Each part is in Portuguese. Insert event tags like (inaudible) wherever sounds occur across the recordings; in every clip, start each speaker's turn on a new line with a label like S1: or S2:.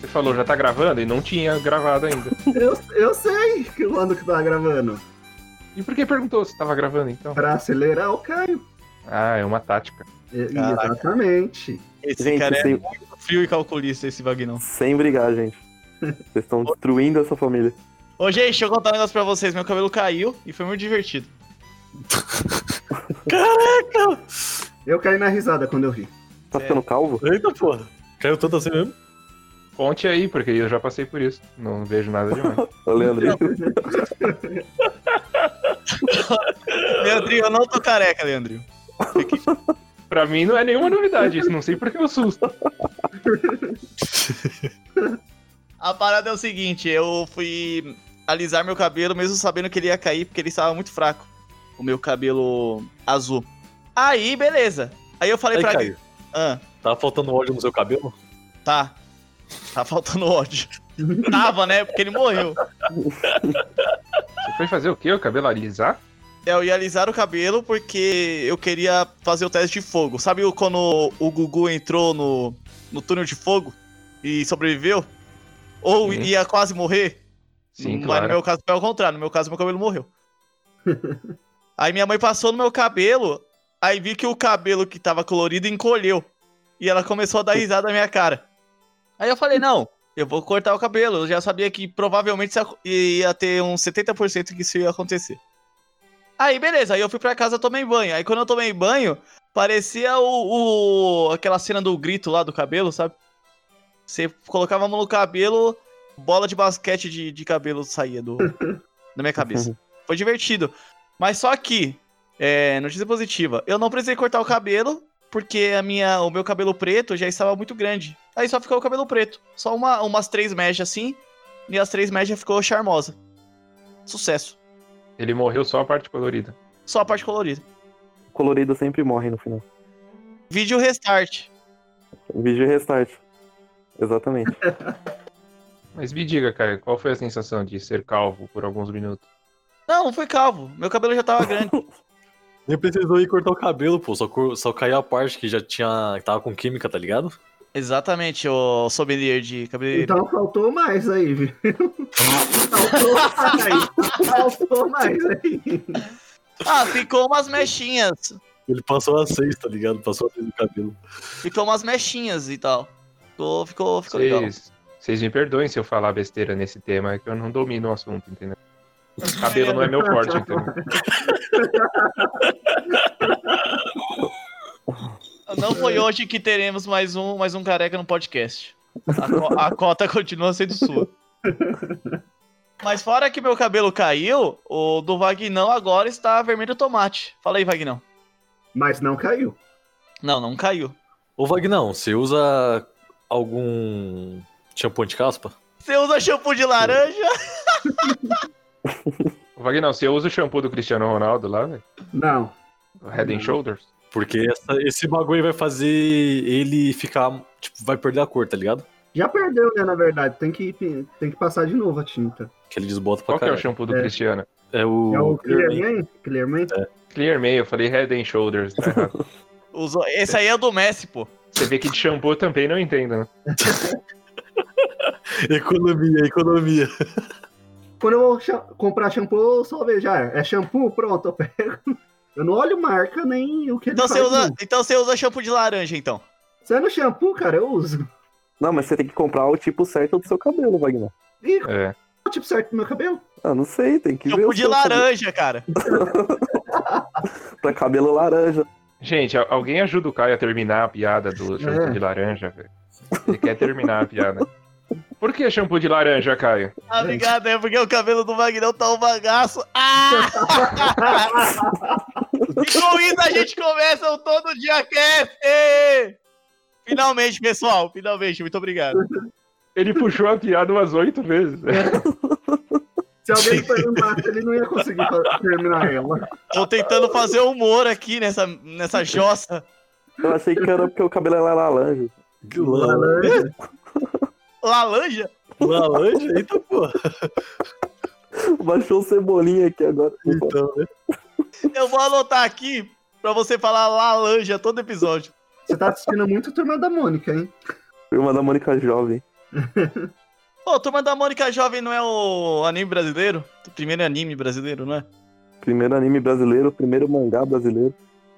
S1: Você falou, já tá gravando? E não tinha gravado ainda.
S2: Eu, eu sei que quando que tava gravando.
S1: E por que perguntou se tava gravando então?
S2: Pra acelerar o Caio.
S1: Ah, é uma tática.
S2: E-
S3: Caraca.
S2: Exatamente.
S3: Esse
S4: Gente,
S3: cara é
S4: sem,
S3: muito frio e calculista, esse Vagnão.
S4: sem brigar, gente. Vocês estão destruindo essa família.
S3: Ô, gente, deixa eu contar um negócio pra vocês. Meu cabelo caiu e foi muito divertido.
S2: Eu caí na risada quando eu vi.
S4: Tá
S3: É.
S4: ficando calvo?
S5: Eita porra. Caiu tanto assim mesmo?
S1: Conte aí, porque eu já passei por isso. Não vejo nada demais.
S4: Ô, Leandro, (laughs)
S3: Leandrinho, eu não tô careca, Leandrinho.
S1: pra mim não é nenhuma novidade isso. Não sei por que eu susto.
S3: A parada é o seguinte, eu fui alisar meu cabelo, mesmo sabendo que ele ia cair, porque ele estava muito fraco. O meu cabelo azul. Aí, beleza. Aí eu falei
S5: Aí
S3: pra
S5: caiu.
S3: Ah,
S5: Tá faltando óleo no seu cabelo?
S3: tá. Tá faltando ódio. Tava, né? Porque ele morreu.
S1: Você foi fazer o quê? O cabelo alisar?
S3: É, Eu ia alisar o cabelo porque eu queria fazer o teste de fogo. Sabe o- quando o Gugu entrou no, no túnel de fogo e sobreviveu? Ou
S1: Sim.
S3: ia quase morrer?
S1: Sim,
S3: Mas no
S1: claro.
S3: meu caso foi ao contrário. No meu caso, meu
S1: (laughs)
S3: cabelo morreu. aí minha mãe passou no meu cabelo, aí vi que o cabelo que tava colorido encolheu. E ela começou a dar risada na minha cara. Aí eu falei, não, eu vou cortar o cabelo. Eu já sabia que provavelmente isso ia- ia ter um uns 70% que isso ia acontecer. Aí, beleza. Aí eu fui pra casa, tomei banho. Aí quando eu tomei banho, parecia o, o- aquela cena do grito lá do cabelo, sabe? Você colocava a mão no cabelo, bola de basquete de, de cabelo saía do, da minha cabeça. Foi divertido. Mas só que, é, notícia positiva, eu não precisei cortar o cabelo, porque a minha, o meu cabelo preto já estava muito grande. Aí só ficou o cabelo preto. Só uma, umas três mechas assim, e as três mechas ficou charmosa. Sucesso.
S1: Ele morreu só a parte colorida.
S3: Só a parte colorida.
S4: colorido sempre morre no final.
S3: Vídeo restart.
S4: Vídeo restart. Exatamente.
S1: Mas me diga, cara, qual foi a sensação de ser calvo por alguns minutos?
S3: Não, foi calvo. Meu cabelo já tava grande.
S5: Nem precisou ir cortar o cabelo, pô. Só, cor- só caiu a parte que já tinha. que tava com química, tá ligado?
S3: Exatamente, o sommelier de cabeleireiro.
S2: Então faltou mais aí, viu? faltou mais. faltou mais aí.
S3: Ah, ficou umas mechinhas.
S5: Ele passou a seis, tá ligado? Passou a seis no cabelo.
S3: Ficou umas mechinhas e tal. Ficou, ficou, ficou legal.
S1: Vocês, vocês me perdoem se eu falar besteira nesse tema, é que eu não domino o assunto, entendeu? Cabelo não é meu forte, entendeu?
S3: Não foi hoje que teremos mais um, mais um careca no podcast. A, co- a cota continua sendo sua. Mas fora que meu cabelo caiu, o do Vagnão agora está vermelho tomate. Fala aí, Vagnão.
S2: Mas não caiu.
S3: Não, não caiu.
S5: Ô, Vagnão, você usa algum shampoo anti-caspa?
S3: Você usa shampoo de laranja?
S1: Ô, Vagnão, você usa o shampoo do Cristiano Ronaldo lá, velho?
S2: Não.
S1: O Head and Shoulders?
S5: Porque essa- esse bagulho vai fazer ele ficar. Tipo, vai perder a cor, tá ligado?
S2: Já perdeu, né, na verdade. Tem que, tem que passar de novo a tinta.
S5: Que ele desbota pra
S1: Qual que é o
S5: caralho.
S1: shampoo do
S2: É.
S1: Cristiano?
S5: É o.
S2: é o
S5: Clear Man.
S2: Clearman? Clearman?
S1: Clear May, eu falei Head and Shoulders,
S2: (laughs)
S1: tá errado.
S3: Usou. Esse aí é o do Messi, pô.
S1: Você vê que de shampoo eu também não entendo, né?
S5: Economia, economia.
S2: Quando eu vou cha- comprar shampoo, eu só vejo. já é shampoo, pronto, eu pego. Eu não olho marca nem o que ele
S3: Então você,
S2: faz,
S3: usa,
S2: não.
S3: então você usa shampoo de laranja, então.
S2: Sendo shampoo, cara, eu uso.
S4: Não, mas você tem que comprar o tipo certo do seu cabelo, Wagner.
S2: Ih, qual
S1: É.
S2: é o tipo certo do meu cabelo?
S4: Ah, não sei, tem que ver.
S3: Shampoo Tipo
S4: o
S3: de
S4: seu
S3: laranja, cara.
S4: cabelo. Pra cabelo laranja.
S1: Gente, al- alguém ajuda o Caio a terminar a piada do shampoo
S2: É.
S1: de laranja, velho. Ele quer terminar a piada. Por que shampoo de laranja, Caio?
S3: Ah, obrigado, é porque o cabelo do Magnão tá um bagaço. Ah! e com isso a gente começa o Todo Dia Cast! Ê! Finalmente, pessoal, finalmente, muito obrigado.
S1: Ele puxou a piada umas oito vezes.
S2: Se alguém perguntasse, ele não ia conseguir fa- terminar ela.
S3: Tô tentando fazer humor aqui nessa, nessa jossa.
S4: Eu achei que era porque o cabelo era laranja. (laughs)
S5: Que lan- (laughs)
S2: Laranja.
S3: Laranja?
S5: Laranja? Eita porra.
S4: Baixou o cebolinha aqui agora.
S5: Então, né?
S3: Eu vou anotar aqui pra você falar laranja todo episódio.
S2: Você tá assistindo muito Turma da Mônica, hein?
S4: Irmã da Mônica Jovem.
S3: Ô, Turma da Mônica Jovem não é o anime brasileiro? O primeiro anime brasileiro, não é?
S4: Primeiro anime brasileiro, primeiro mangá brasileiro.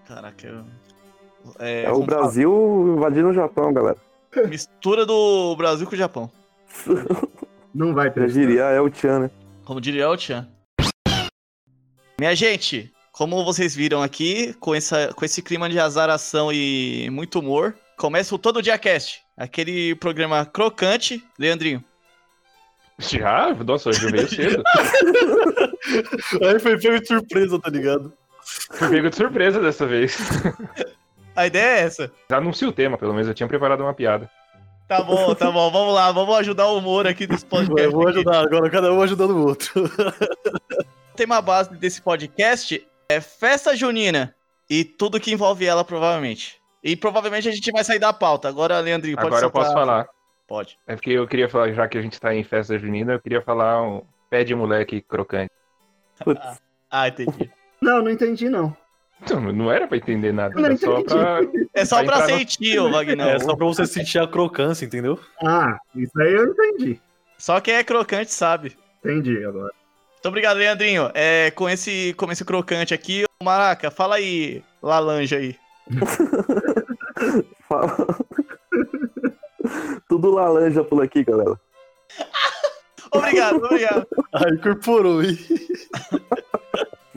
S3: Caraca, eu...
S4: É, o
S3: como
S4: Brasil invadindo o Japão, galera.
S3: fala? Mistura do Brasil com o Japão.
S2: Não vai
S4: Já
S2: prestar.
S4: diria, é o Tchan, né?
S3: Como diria o Tchan. Minha gente, como vocês viram aqui, com, essa, com esse clima de azaração e muito humor, começa o Todo Dia Cast. Aquele programa crocante. Leandrinho,
S1: Já? ah, Nossa, hoje eu veio cedo.
S5: Aí foi pego de surpresa, tá ligado?
S1: Fui pego de surpresa dessa vez.
S3: a ideia é essa.
S1: Já anuncia o tema, pelo menos eu tinha preparado uma piada.
S3: Tá bom, tá
S4: (laughs)
S3: bom, vamos lá, vamos ajudar o humor aqui dos podcasts.
S5: Eu vou
S3: aqui.
S5: ajudar agora, cada um ajudando o outro.
S3: O tema base desse podcast é festa junina e tudo que envolve ela, provavelmente. E provavelmente a gente vai sair da pauta. Agora, Leandrinho, pode
S1: Agora eu
S3: soltar-
S1: posso falar.
S3: Pode.
S1: É porque eu queria falar, já que a gente tá em festa junina, eu queria falar um pé de moleque crocante.
S4: Putz,
S1: (laughs)
S3: Ah, entendi.
S1: Tá
S2: Não, não entendi, não.
S1: Então, não era pra entender nada,
S2: Não então
S1: era só pra.
S2: entendi.
S3: É só
S1: Vai
S3: pra
S1: entrar no-
S3: sentir,
S1: (laughs)
S3: ô Vagnão.
S5: É só pra você sentir a crocância, entendeu?
S2: Ah, isso aí eu entendi.
S3: Só quem é crocante sabe.
S2: Entendi agora.
S3: Muito obrigado, Leandrinho. É, com, esse, com esse crocante aqui, ô Maraca, fala aí, Lalange aí.
S4: fala. (laughs) Tudo laranja por aqui, galera.
S3: Obrigado, obrigado.
S5: Aí incorporou, hein?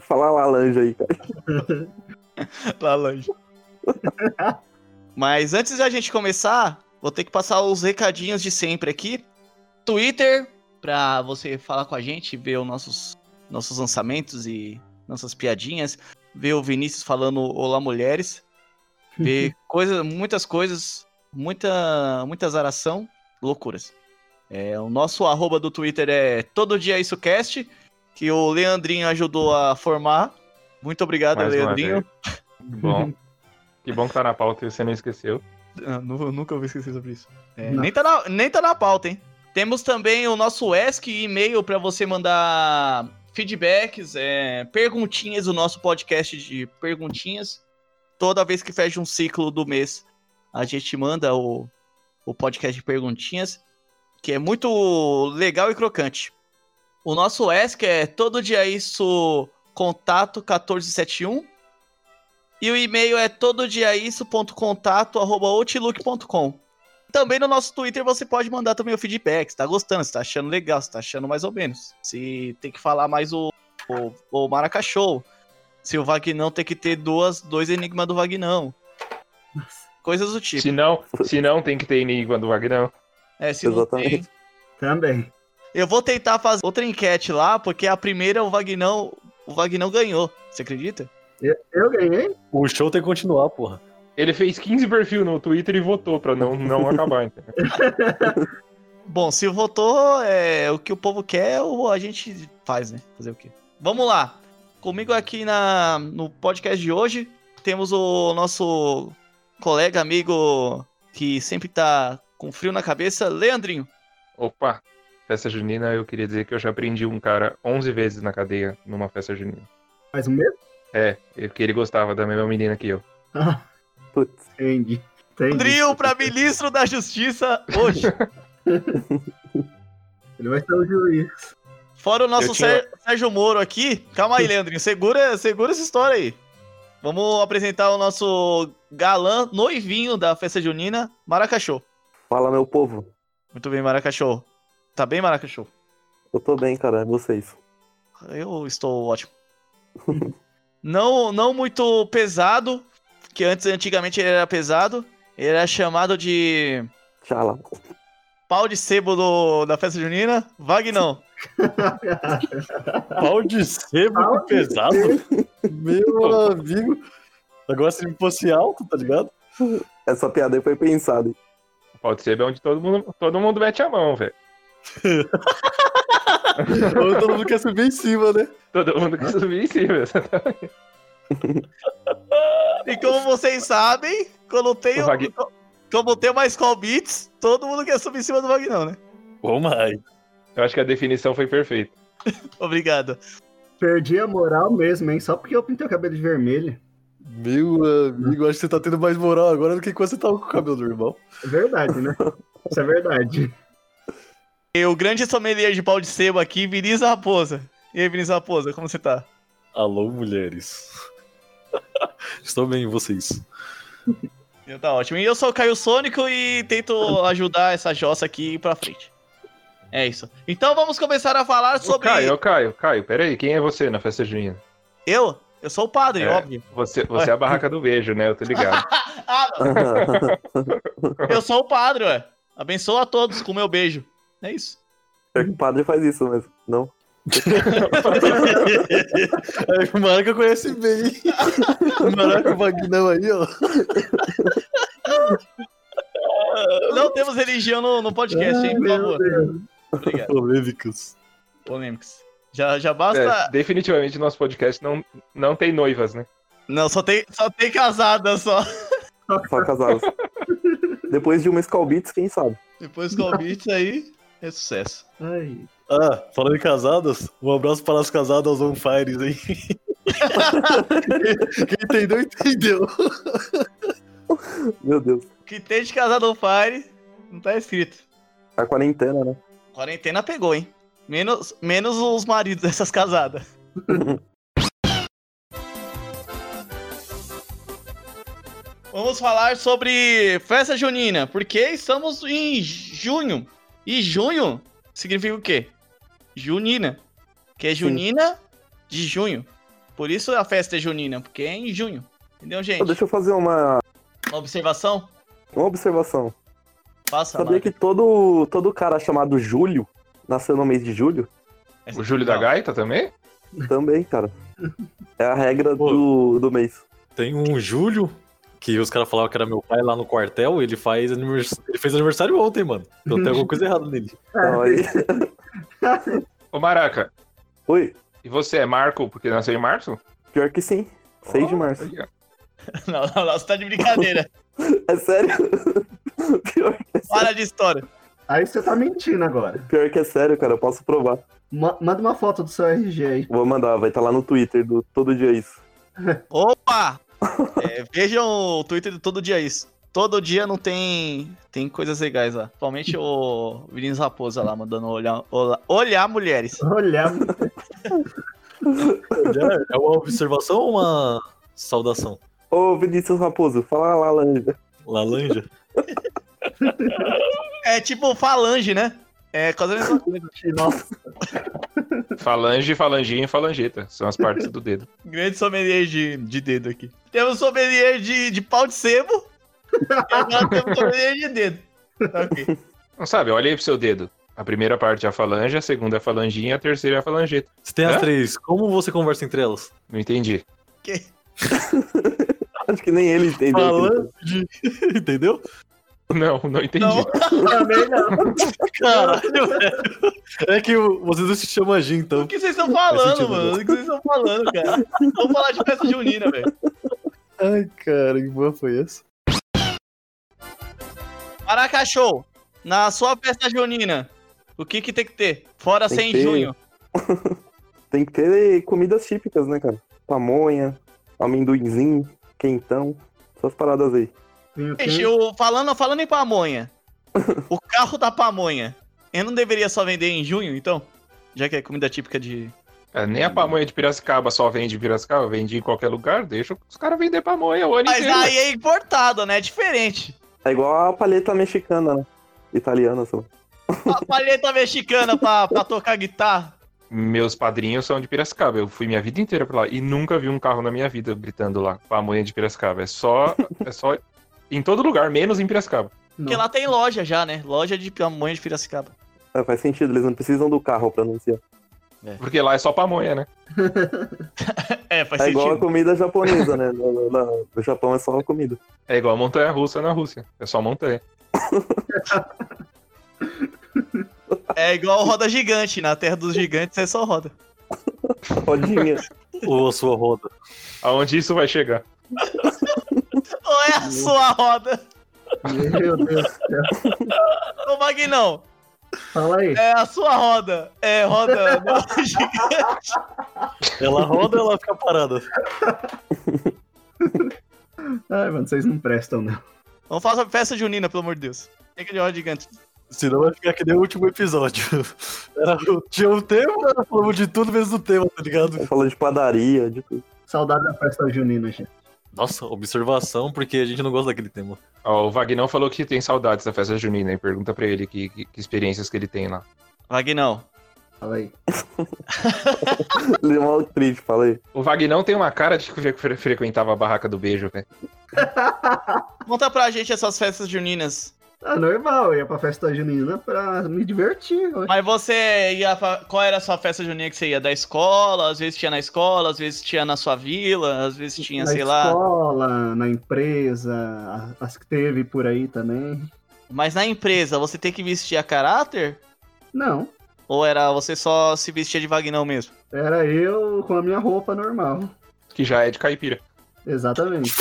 S4: Falar laranja aí, cara.
S3: (laughs) Lalange. Mas antes da gente começar, vou ter que passar os recadinhos de sempre aqui. Twitter, pra você falar com a gente, ver os nossos, nossos lançamentos e nossas piadinhas. Ver o Vinícius falando Olá Mulheres.
S1: (laughs)
S3: Ver coisas, muitas coisas, muita, muita zaração, loucuras. É, o nosso arroba do Twitter é Todo Dia Isso Cast, que o Leandrinho ajudou a formar. Muito obrigado,
S1: Mais uma
S3: Leandrinho.
S1: Que bom. Que bom que tá na pauta e você não esqueceu.
S3: Ah, nu- nunca ouvi esquecer sobre isso. É,
S2: Não.
S3: nem, tá na, nem tá na pauta, hein? Temos também o nosso ESC e-mail para você mandar feedbacks, é, perguntinhas, o nosso podcast de perguntinhas. Toda vez que fecha um ciclo do mês, a gente manda o, o podcast de perguntinhas, que é muito legal e crocante. O nosso ESC é todo dia isso contato 1471 e o e-mail é tododiaisso.contato.outlook.com. Também no nosso Twitter você pode mandar também o feedback, se tá gostando, se tá achando legal, se tá achando mais ou menos. Se tem que falar mais o, o, o Maracachou, se o Vagnão tem que ter duas, dois enigmas do Vagnão. Coisas do tipo.
S1: Se não, se não tem que ter enigma do Wagner.
S3: é, se não tem,
S4: Exatamente.
S2: Também.
S3: Eu vou tentar fazer outra enquete lá, porque a primeira o Vagnão, o Vagnão ganhou. Você acredita?
S2: Eu ganhei?
S5: O show tem que continuar, porra.
S1: Ele fez 15 perfil no Twitter e votou pra não,
S2: (laughs)
S1: não acabar, entendeu?
S3: Bom, se votou, é, o que o povo quer, o- a gente faz, né? Fazer o quê? Vamos lá. Comigo aqui na, no podcast de hoje, temos o nosso colega, amigo, que sempre tá com frio na cabeça, Leandrinho.
S1: Opa, festa junina, eu queria dizer que eu já prendi um cara 11 vezes na cadeia numa festa junina.
S2: Mas o mesmo?
S1: É, é porque ele gostava da mesma menina que eu.
S2: Ah,
S4: Putz,
S2: entendi. entendi.
S3: Leandrinho pra ministro da Justiça hoje.
S2: Ele vai ser o juiz. (laughs)
S3: Fora o nosso
S1: Eu tinha-
S3: Sér- Sérgio Moro aqui.
S1: (laughs)
S3: Calma aí, Leandrinho. Segura, segura essa história aí. Vamos apresentar o nosso galã noivinho da festa junina, Maracachô.
S4: fala, meu povo.
S3: Muito bem, Maracachô. Tá bem, Maracachô?
S4: Eu tô bem, cara. É vocês.
S3: Eu estou
S1: (laughs)
S3: ótimo. não, não muito pesado, que antes antigamente ele era pesado. Ele era chamado de
S4: Tchala.
S3: pau de sebo do- da festa junina. Vagnão.
S5: Pau de sebo
S2: Pau
S5: que pesado. Meu amigo. Agora se ele fosse alto, tá ligado?
S4: Essa piada aí foi
S3: (laughs)
S4: pensada. hein?
S1: (laughs) Pode ser onde todo mundo, todo mundo mete a mão, velho.
S5: Agora todo mundo quer subir em cima, né?
S1: Todo mundo que subir em cima.
S3: E como vocês sabem, quando tem,
S1: O
S3: o-
S1: Vag-
S3: co- como tem mais call beats, todo mundo quer subir em cima do Vagnão, né?
S5: Ô, mãe.
S1: Eu acho que a definição foi perfeita.
S3: Obrigado.
S2: Perdi a moral mesmo, hein? Só porque eu pintei o cabelo de vermelho.
S5: Meu amigo, acho que você tá tendo mais moral agora do que quando você tava com o cabelo normal.
S3: (laughs)
S2: É verdade, né? Isso é verdade.
S3: E o grande sommelier de pau de sebo aqui, Vinícius Raposa. E aí, Vinícius Raposa, como você tá?
S5: Alô, mulheres. (laughs) Estou bem, e vocês?
S3: Eu tá ótimo. E eu sou o Caio Sônico e tento ajudar essa jossa aqui pra frente. É isso. Então vamos começar a falar
S1: Ô,
S3: sobre.
S1: Caio, ô, Caio, Caio, peraí, quem é você na festa junina?
S3: Eu? Eu sou o padre,
S1: É.
S3: óbvio.
S1: Você, você é a barraca do beijo, né? Eu tô
S3: (laughs)
S1: ligado.
S3: Ah, não. eu sou o padre, ué. Abençoa a todos com o meu beijo. É isso.
S4: É que o padre faz isso mesmo. Não?
S5: É, o Maraca conhece bem.
S1: (laughs)
S5: O Maraca o Vagnão aí, ó.
S3: Não temos religião no, no podcast, hein, por favor. Obrigado.
S5: Polêmicas.
S3: Polêmicas. Já, já
S1: É,
S3: basta.
S1: definitivamente nosso podcast não, não tem noivas, né?
S3: Não, só tem, só tem casada só.
S4: Só casados. Depois de uma Skull Beats, quem sabe?
S3: Depois com o convites aí, é sucesso.
S2: Ai,
S5: Ah, falando em casadas, um abraço para as casadas on fires, hein? (laughs) Quem entendeu, entendeu.
S4: Meu Deus.
S3: Que tem de casado on fire, não tá escrito.
S4: A quarentena, né?
S3: Quarentena pegou, hein? Menos, menos os maridos dessas
S4: (laughs)
S3: casadas. Vamos falar sobre festa junina, porque estamos em junho. E junho significa o quê? Junina. Que é junina de junho. Por isso a festa é junina, porque é em junho. Entendeu,
S4: Pô,
S3: gente?
S4: deixa eu fazer uma,
S3: Uma observação?
S4: uma observação.
S3: Passa Tá lá.
S4: Sabia que todo, todo cara chamado Júlio nasceu no mês de julho?
S1: O Júlio da Gaita também?
S4: Também, cara. É a regra
S5: Pô.
S4: do, do mês.
S5: Tem um Júlio, que os caras falavam que era meu pai lá no quartel, ele faz anivers... ele fez aniversário ontem, mano. Então tem alguma coisa errada nele.
S3: É.
S4: Então
S3: (laughs)
S4: aí.
S1: Ô, Maraca,
S4: Oi,
S1: e você é Marco porque nasceu em março?
S4: pior que sim. 6 de
S1: Ó,
S4: março.
S1: aí, ó.
S3: (laughs) Não, não, não, você tá de
S4: (laughs)
S3: brincadeira.
S4: É sério? (laughs) Pior,
S3: Para de história.
S2: Aí você tá mentindo agora.
S4: pior que é sério, cara. Eu posso provar.
S2: Ma- manda uma foto do seu RG aí.
S4: Vou mandar, vai estar lá no Twitter do Todo Dia Isso.
S3: Opa! É, vejam o Twitter de todo dia isso. Todo dia não tem tem coisas legais lá. Principalmente o Vinícius Raposa lá, mandando olhar, olá- olhar mulheres.
S2: Olha,
S5: É uma observação ou uma saudação?
S4: Ô, Vinícius Raposo, fala lá, Lanja.
S5: Laranja?
S3: É tipo falange, né? É quase a mesma
S5: (laughs)
S3: coisa.
S2: nossa, (laughs)
S1: Falange, falanginha e falangeta. São as partes do dedo.
S3: Grande sommelier de, de dedo aqui. Temos sommelier de, de pau de sebo. E agora temos sommelier de dedo. Tá ok.
S1: Não sabe, olha aí pro seu dedo. A primeira parte é a falange, a segunda é a falanginha, a terceira é a falangeta.
S5: Você tem as
S1: Hã?
S5: três, como você conversa entre elas?
S1: Não entendi.
S4: (laughs)
S1: (laughs)
S4: Acho que nem ele entendeu.
S5: Falange. (laughs) Entendeu?
S1: Não, não entendi.
S3: Não.
S2: também não.
S5: (laughs) Caralho, velho. É que o- vocês não se chamam G, então.
S3: O que vocês estão
S5: Faz
S3: falando,
S5: sentido, né?
S3: mano? O que vocês estão falando, cara? Vamos falar de festa junina, velho.
S5: Ai, cara, que boa foi essa?
S3: Maraca Show, na sua festa junina, o que que tem que ter? Fora
S4: Tem
S3: sem
S4: que ter.
S3: junho.
S4: Tem que ter comidas típicas, né, cara? Pamonha, amendoinzinho, quentão, essas paradas aí.
S2: Tem- tem-
S3: Gente, eu, falando, falando em pamonha,
S4: (laughs)
S3: o carro da pamonha, eu não deveria só vender em junho, então? Já que é comida típica de...
S1: É, nem a pamonha de Piracicaba só vende em Piracicaba, vende em qualquer lugar, deixa os caras vender pamonha o ano
S3: Mas
S1: inteiro.
S3: aí é importado, né? É diferente.
S4: É igual a palheta mexicana, né? Italiana, sei lá.
S3: A palheta mexicana pra, pra tocar guitarra.
S1: Meus padrinhos são de Piracicaba, eu fui minha vida inteira pra lá e nunca vi um carro na minha vida gritando lá, pamonha de Piracicaba. É só, é só em todo lugar, menos em Piracicaba.
S3: Porque
S2: Não.
S3: lá tem loja já, né? Loja de pamonha de Piracicaba.
S4: É, faz sentido, eles não precisam do carro pra anunciar.
S1: Porque lá é só pamonha, né?
S3: É, faz
S4: É igual a
S3: sentido.
S4: comida japonesa, né? (laughs) No, no- no Japão é só a comida.
S1: É igual a montanha russa na Rússia, é só montanha.
S3: É igual roda gigante. Na terra dos gigantes é só roda. (laughs)
S4: Rodinha.
S5: Ou a sua roda?
S1: Aonde isso vai chegar?
S3: Ou é a sua roda?
S2: Meu Deus do céu.
S3: Ô, Magnão,
S2: Fala aí.
S3: É a sua roda.
S2: (laughs)
S3: É roda.
S5: Ela roda ou ela fica parada?
S2: Ai, mano, vocês não prestam, não.
S3: Vamos falar sobre festa junina, pelo amor de Deus. Tem que de roda gigante.
S5: Senão vai ficar que nem o último episódio. (laughs) Era, tinha um tema, era falando de tudo menos o tema, tá ligado?
S4: Aí Fala de padaria, de tudo.
S2: Saudade da festa junina, gente.
S5: Nossa, observação, porque a gente não gosta daquele tema.
S1: Ó, o Vagnão falou que tem saudades da festa junina e pergunta pra ele que, que- que experiências que ele tem lá.
S3: Vagnão.
S2: Fala aí.
S4: Ele é mal triste, falei.
S1: O Vagnão tem uma cara de que fre- frequentava a barraca do beijo, né? velho.
S3: Conta pra gente essas festas juninas.
S2: Ah, normal, eu ia pra festa junina pra me divertir. ó.
S3: Mas você ia pra... Qual era a sua festa junina que você ia? Da escola? Às vezes tinha na escola, às vezes tinha na sua vila, às vezes tinha,
S2: na
S3: sei lá.
S2: escola, na empresa, a- as que teve por aí também.
S3: Mas na empresa, você tem que vestir a caráter?
S2: Não,
S3: Ou era você só se vestia de Vagnão mesmo?
S2: era eu com a minha roupa normal.
S1: Que já é de caipira.
S2: Exatamente.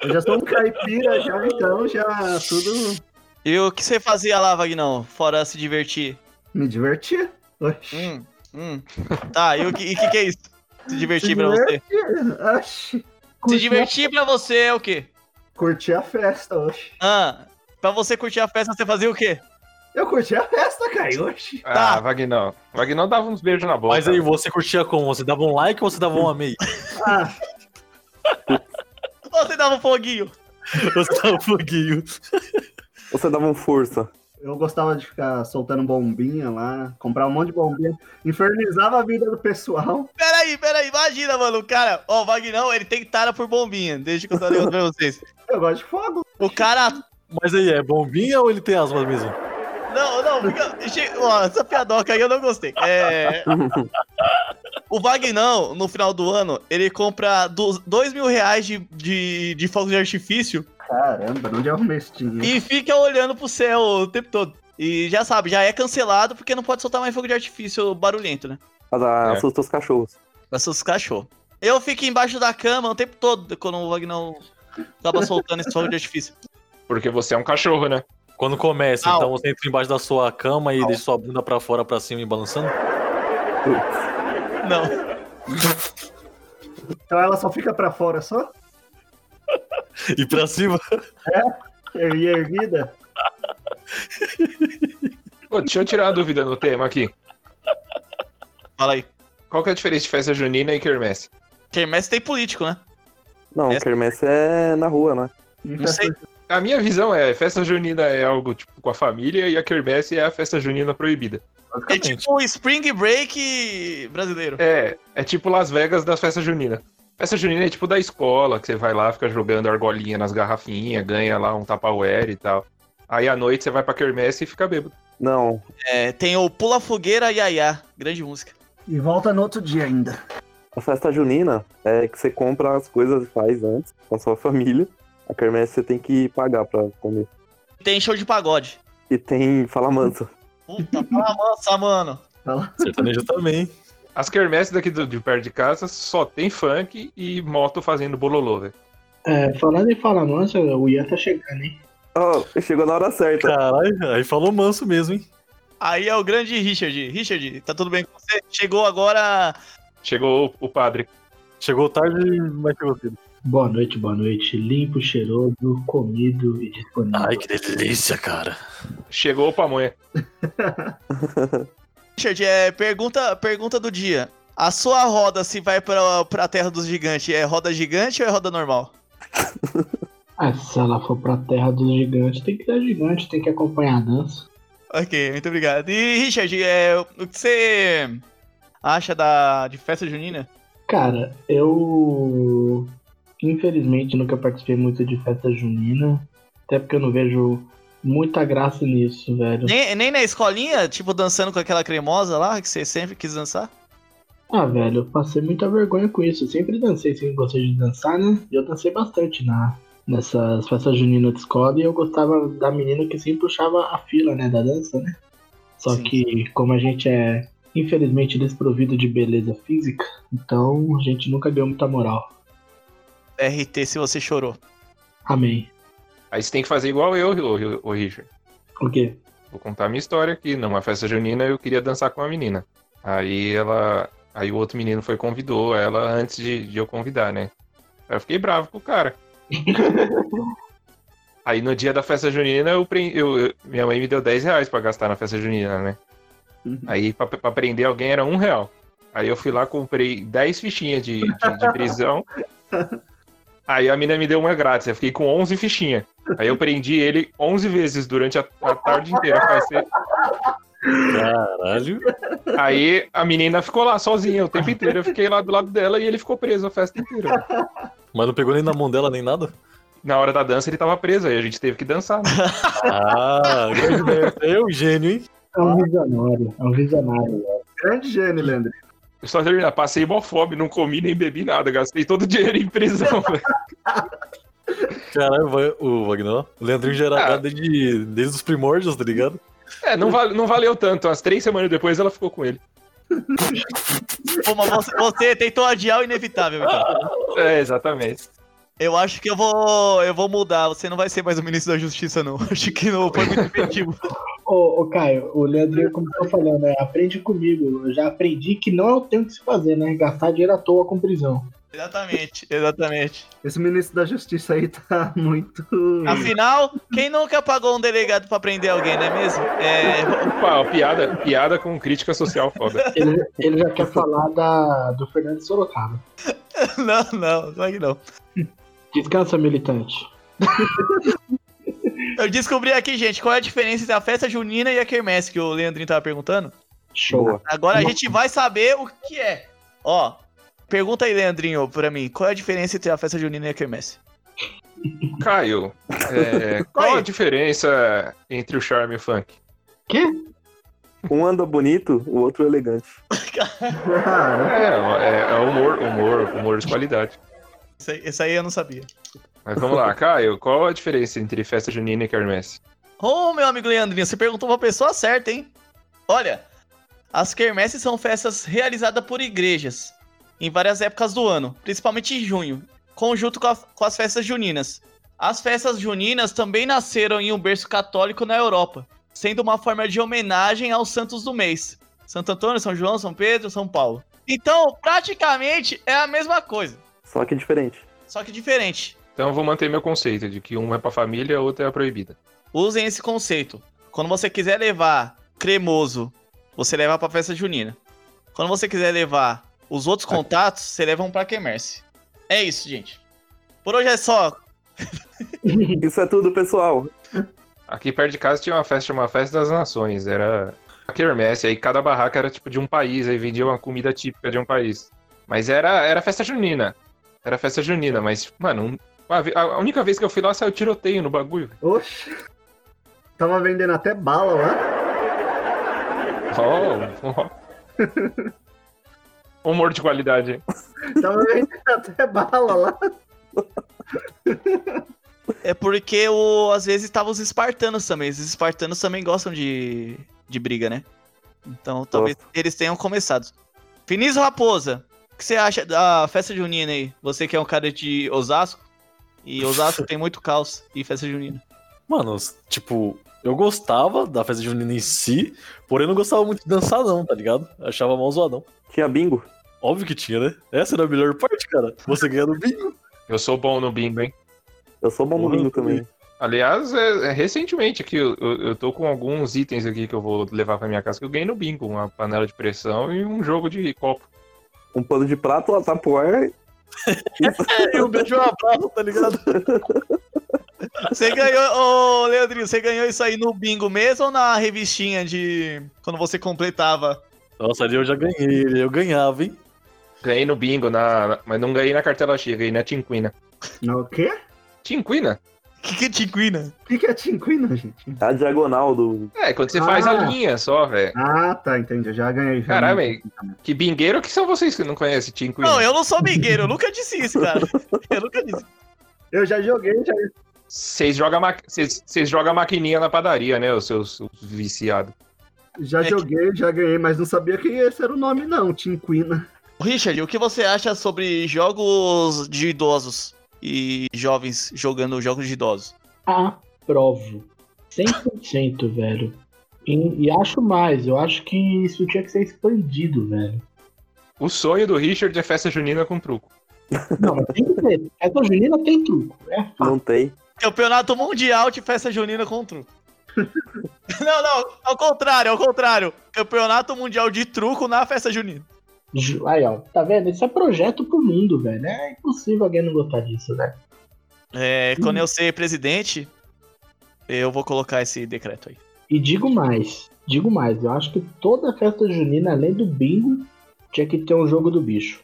S2: eu já sou um caipira, já, então já tudo
S3: E o que você fazia lá, Vagnão? Fora se divertir?
S2: me divertir. Oxi.
S3: Hum, hum. Tá, e o que, e que, que é isso? Se divertir
S2: Se
S3: pra você.
S2: divertir, oxi.
S3: Se
S2: Curtir,
S3: divertir pra você é o quê?
S2: curtir a festa, oxi.
S3: Ah, pra você curtir a festa, você fazia o quê?
S2: Eu curti a festa, cara, oxi.
S3: Tá.
S1: Ah, Vagnão. Vagnão dava uns beijos na boca.
S5: Mas aí, você curtia como? Você dava um like ou você dava um amei?
S2: Ah,
S3: Você dava um foguinho.
S5: (laughs) Você dava um foguinho.
S4: Ou Você dava um força.
S2: Eu gostava de ficar soltando bombinha lá, comprar um monte de bombinha, infernizava a vida do pessoal.
S3: Peraí, peraí, imagina, mano, o cara... Ó, o Vagnão, ele tem tara por bombinha, desde que eu falei pra vocês.
S2: Eu gosto de fogo.
S3: O cara...
S5: Mas aí, é bombinha ou ele tem asma mesmo?
S3: Não, não, fica... Che- Ó, essa piadoca aí eu não gostei. É... O Vagnão, no final do ano, ele compra du- dois mil reais de, de, de fogo de artifício
S2: Caramba, onde é arrumei esse dinheiro?
S3: E fica olhando pro céu o tempo todo. E já sabe, já é cancelado porque não pode soltar mais fogo de artifício barulhento, né?
S4: Mas, ah,
S1: É.
S4: Assustou os cachorros.
S3: Assusta os cachorros. Eu fico embaixo da cama o tempo todo quando o Vagnão acaba soltando esse fogo de artifício.
S1: Porque você é um cachorro, né?
S5: Quando começa,
S3: Au.
S5: então você entra embaixo da sua cama e deixa sua bunda pra fora, pra cima e balançando?
S4: Putz.
S3: Não.
S2: Então ela só fica pra fora só?
S5: E pra cima?
S2: E erguida?
S1: Ô, deixa eu tirar uma dúvida no tema aqui.
S3: Fala aí.
S1: Qual que é a diferença de festa junina e quermesse?
S3: Quermesse tem político, né?
S4: Não,
S3: Essa-
S4: quermesse é na rua, né?
S2: E
S3: Não sei.
S1: A minha visão é, festa junina é algo tipo com a família e a quermesse é a festa junina proibida.
S3: É (laughs)
S5: Basicamente.
S3: tipo o Spring Break brasileiro.
S1: É, é tipo Las Vegas das festas juninas. Festa junina é tipo da escola, que você vai lá, fica jogando argolinha nas garrafinhas, ganha lá um tapaware e tal. Aí à noite você vai pra quermesse e fica bêbado.
S4: Não.
S3: É, tem o Pula Fogueira Yaya, grande música.
S2: E volta no outro dia ainda.
S4: A festa junina é que você compra as coisas e faz antes com a sua (laughs) família. A quermesse você tem que pagar pra comer.
S3: Tem show de pagode.
S4: E tem fala mansa.
S3: Puta, (laughs) fala mansa, mano.
S5: Sertanejo também.
S1: As quermesses daqui do- de perto de casa só tem funk e moto fazendo bololô, velho.
S6: É, falando em fala mansa, o Ian tá chegando, hein?
S4: Ó, chegou na hora certa.
S5: Caralho, aí falou manso mesmo, hein?
S3: Aí é o grande Richard. Richard, tá tudo bem com você? Chegou agora
S1: Chegou o, o padre.
S5: Chegou tarde, mas chegou cedo.
S6: Boa noite, boa noite. Limpo, cheiroso, comido e disponível.
S5: Ai, que delícia, cara.
S1: Chegou o pamonha.
S3: Richard, é, pergunta, pergunta do dia. A sua roda, se vai pra, pra Terra dos Gigantes, é roda gigante ou é roda normal?
S6: Ah, se ela for pra terra dos gigantes, tem que ser gigante, tem que acompanhar a dança.
S3: Ok, muito obrigado. E, Richard, é, o que você acha da, de festa junina?
S6: Cara, eu infelizmente nunca participei muito de festa junina, até porque eu não vejo muita graça nisso, velho.
S3: Nem, nem na escolinha, tipo, dançando com aquela cremosa lá, que você sempre quis dançar?
S6: Ah, velho, eu passei muita vergonha com isso. Eu sempre dancei, sempre gostei de dançar, né? E eu dancei bastante na, nessas festas juninas de escola e eu gostava da menina que sempre puxava a fila, né, da dança, né? Só
S3: Sim.
S6: que como a gente é infelizmente desprovido de beleza física, então a gente nunca deu muita moral.
S3: RT, se você chorou.
S6: Amém.
S1: Aí você tem que fazer igual eu, o, Richard.
S6: O quê?
S1: Vou contar a minha história aqui. Numa festa junina eu queria dançar com uma menina. Aí ela. Aí o outro menino foi e convidou ela antes de, de eu convidar, né? Aí eu fiquei bravo com o cara. Aí no dia da festa junina, eu, pre- eu- eu- minha mãe me deu 10 reais pra gastar na festa junina, né?
S2: Uhum.
S1: Aí pra, pra prender alguém era um real. Aí eu fui lá, comprei 10 fichinhas de, de- de prisão. Aí a mina me deu uma grátis, eu fiquei com 11 fichinhas. Aí eu prendi ele 11 vezes durante a, a tarde inteira. assim, Passei-
S5: Caralho.
S1: Aí a menina ficou lá sozinha o tempo inteiro. Eu fiquei lá do lado dela e ele ficou preso a festa inteira.
S5: Mas não pegou nem na mão dela nem nada?
S1: Na hora da dança ele tava preso, aí a gente teve que dançar. né?
S5: Ah, grande ideia. é o gênio, hein?
S6: É
S3: Ah.
S6: um visionário, é um visionário.
S2: Grande gênio, Leandro.
S1: Eu só terminar, passei mó fome, não comi nem bebi nada, gastei todo o dinheiro em prisão. (laughs) velho.
S5: Caralho, vai- o Wagner, ó. o Leandrinho já era
S1: Ah. desde,
S5: desde, desde os primórdios, tá ligado?
S1: é, não, vale- não valeu tanto. Umas três semanas depois ela ficou com ele.
S3: Pô, mas você, você tentou adiar o inevitável, então.
S1: É, exatamente.
S3: Eu acho que eu vou. Eu vou mudar. Você não vai ser mais o ministro da Justiça, não. (laughs) Acho que não foi muito efetivo.
S6: Ô, ô, Caio, o
S3: É.
S6: Leandrinho começou falando, né? Aprende comigo. Eu já aprendi que não é o tempo que se fazer, né? Gastar dinheiro à toa com prisão.
S3: exatamente, exatamente.
S2: Esse ministro da Justiça aí tá (laughs) muito.
S3: Afinal, quem nunca pagou um delegado pra prender alguém, não é mesmo? É, (laughs)
S1: Opa, ó, piada, piada com crítica social foda.
S6: Ele, ele já quer falar da, do Fernando Sorocaba.
S3: não, não, claro que não.
S6: Descansa, militante.
S3: Eu descobri aqui, gente, qual é a diferença entre a festa junina e a quermesse que o Leandrinho tava perguntando.
S6: Show.
S4: Boa.
S3: Agora a gente vai saber o que é. Ó, pergunta aí, Leandrinho, pra mim, qual é a diferença entre a festa junina e a quermesse?
S1: Caio, é, qual a
S3: Caio.
S1: diferença entre o charme e o funk?
S6: Quê?
S4: Um anda bonito, o outro elegante.
S1: É,
S2: Cara,
S1: é, é humor, humor, humor de qualidade.
S3: Isso aí, isso aí eu não sabia.
S1: Mas vamos lá, Caio, qual a diferença entre festa junina e quermesse?
S3: Ô, meu amigo Leandrinho, você perguntou pra pessoa certa, hein? Olha, as quermesses são festas realizadas por igrejas em várias épocas do ano, principalmente em junho, conjunto com, a- com as festas juninas. As festas juninas também nasceram em um berço católico na Europa, sendo uma forma de homenagem aos santos do mês. Santo Antônio, São João, São Pedro, São Paulo. Então, praticamente é a mesma coisa,
S4: Só que diferente.
S3: só que diferente.
S1: Então eu vou manter meu conceito de que uma é pra família, a outra é a proibida.
S3: Usem esse conceito. Quando você quiser levar cremoso, você leva pra festa junina. Quando você quiser levar os outros contatos, você leva um pra quermesse. É isso, gente. Por hoje é só.
S4: Isso é tudo, pessoal.
S1: Aqui perto de casa tinha uma festa, chamada Festa das Nações, era a quermesse, aí cada barraca era tipo de um país, aí vendia uma comida típica de um país. Mas era, era festa junina, era festa junina, mas, mano, uma ve- a a única vez que eu fui lá saiu tiroteio no bagulho.
S2: oxe. Tava vendendo até bala lá.
S1: Oh, oh. Humor de qualidade, hein?
S2: Tava (laughs) vendendo até bala lá.
S3: É porque o, às vezes estavam os espartanos também. Os espartanos também gostam de, de briga, né? Então talvez eles tenham começado. Finis Raposa, o que você acha da festa junina aí? Você que é um cara de Osasco. E Osasco tem muito caos e festa junina.
S5: Mano, tipo, eu gostava da festa junina em si, porém não gostava muito de dançar, não, tá ligado? Achava mal zoadão.
S4: Tinha bingo.
S5: Óbvio que tinha, né? Essa era a melhor parte, cara. Você ganhando bingo.
S1: Eu sou bom no bingo, hein?
S4: Eu sou bom no
S5: Porra,
S4: bingo
S5: eu também.
S4: também.
S1: Aliás, é, é recentemente aqui, eu, eu eu tô com alguns itens aqui que eu vou levar pra minha casa que eu ganhei no bingo, uma panela de pressão e um jogo de copo.
S4: Um pano de prato, uma tapoar.
S5: E um beijo e um abraço, tá ligado?
S3: Você ganhou, ô Leandrinho, você ganhou isso aí no bingo mesmo ou na revistinha de quando você completava?
S5: Nossa, ali eu já ganhei, ali eu ganhava, hein?
S1: Ganhei no bingo, na, na- mas não ganhei na cartela cheia, ganhei na Tinquina.
S2: Não, o quê?
S1: Tinquina?
S3: Que né? que tinguina?
S2: O que que é tinquina, gente?
S4: A diagonal do.
S1: É, quando você faz a
S2: Ah.
S1: linha só, velho.
S2: Ah, tá, entendi. Eu já ganhei. já.
S1: Caralho, velho. Que bingueiro que são vocês que não conhecem Tinquina?
S3: Não, eu não sou bingueiro, eu nunca disse isso, cara. Eu nunca disse.
S2: Eu já joguei, já.
S1: Vocês jogam ma... vocês- vocês jogam a maquininha na padaria, né, os seus os viciados.
S2: Já
S3: É que-
S2: joguei, já ganhei, mas não sabia que esse era o nome, não, né? Tinquina.
S3: Richard, o que você acha sobre jogos de idosos e jovens jogando jogos de idosos?
S6: Aprovo. 100%, velho. E, e acho mais, eu acho que isso tinha que ser expandido, velho.
S1: O sonho do Richard é festa junina com truco.
S6: Não, mas tem que ter. Essa junina tem truco, é fato.
S4: Não tem.
S3: Campeonato Mundial de Festa Junina com truco. (laughs) não, não, ao contrário, ao contrário. Campeonato Mundial de Truco na Festa Junina.
S6: Ju- Aí, ó, tá vendo? Isso é projeto pro mundo, velho. É impossível alguém não gostar disso, né? velho.
S3: É, quando eu ser presidente, eu vou colocar esse decreto aí.
S6: E digo mais, digo mais, eu acho que toda festa junina, além do bingo, tinha que ter um jogo do bicho.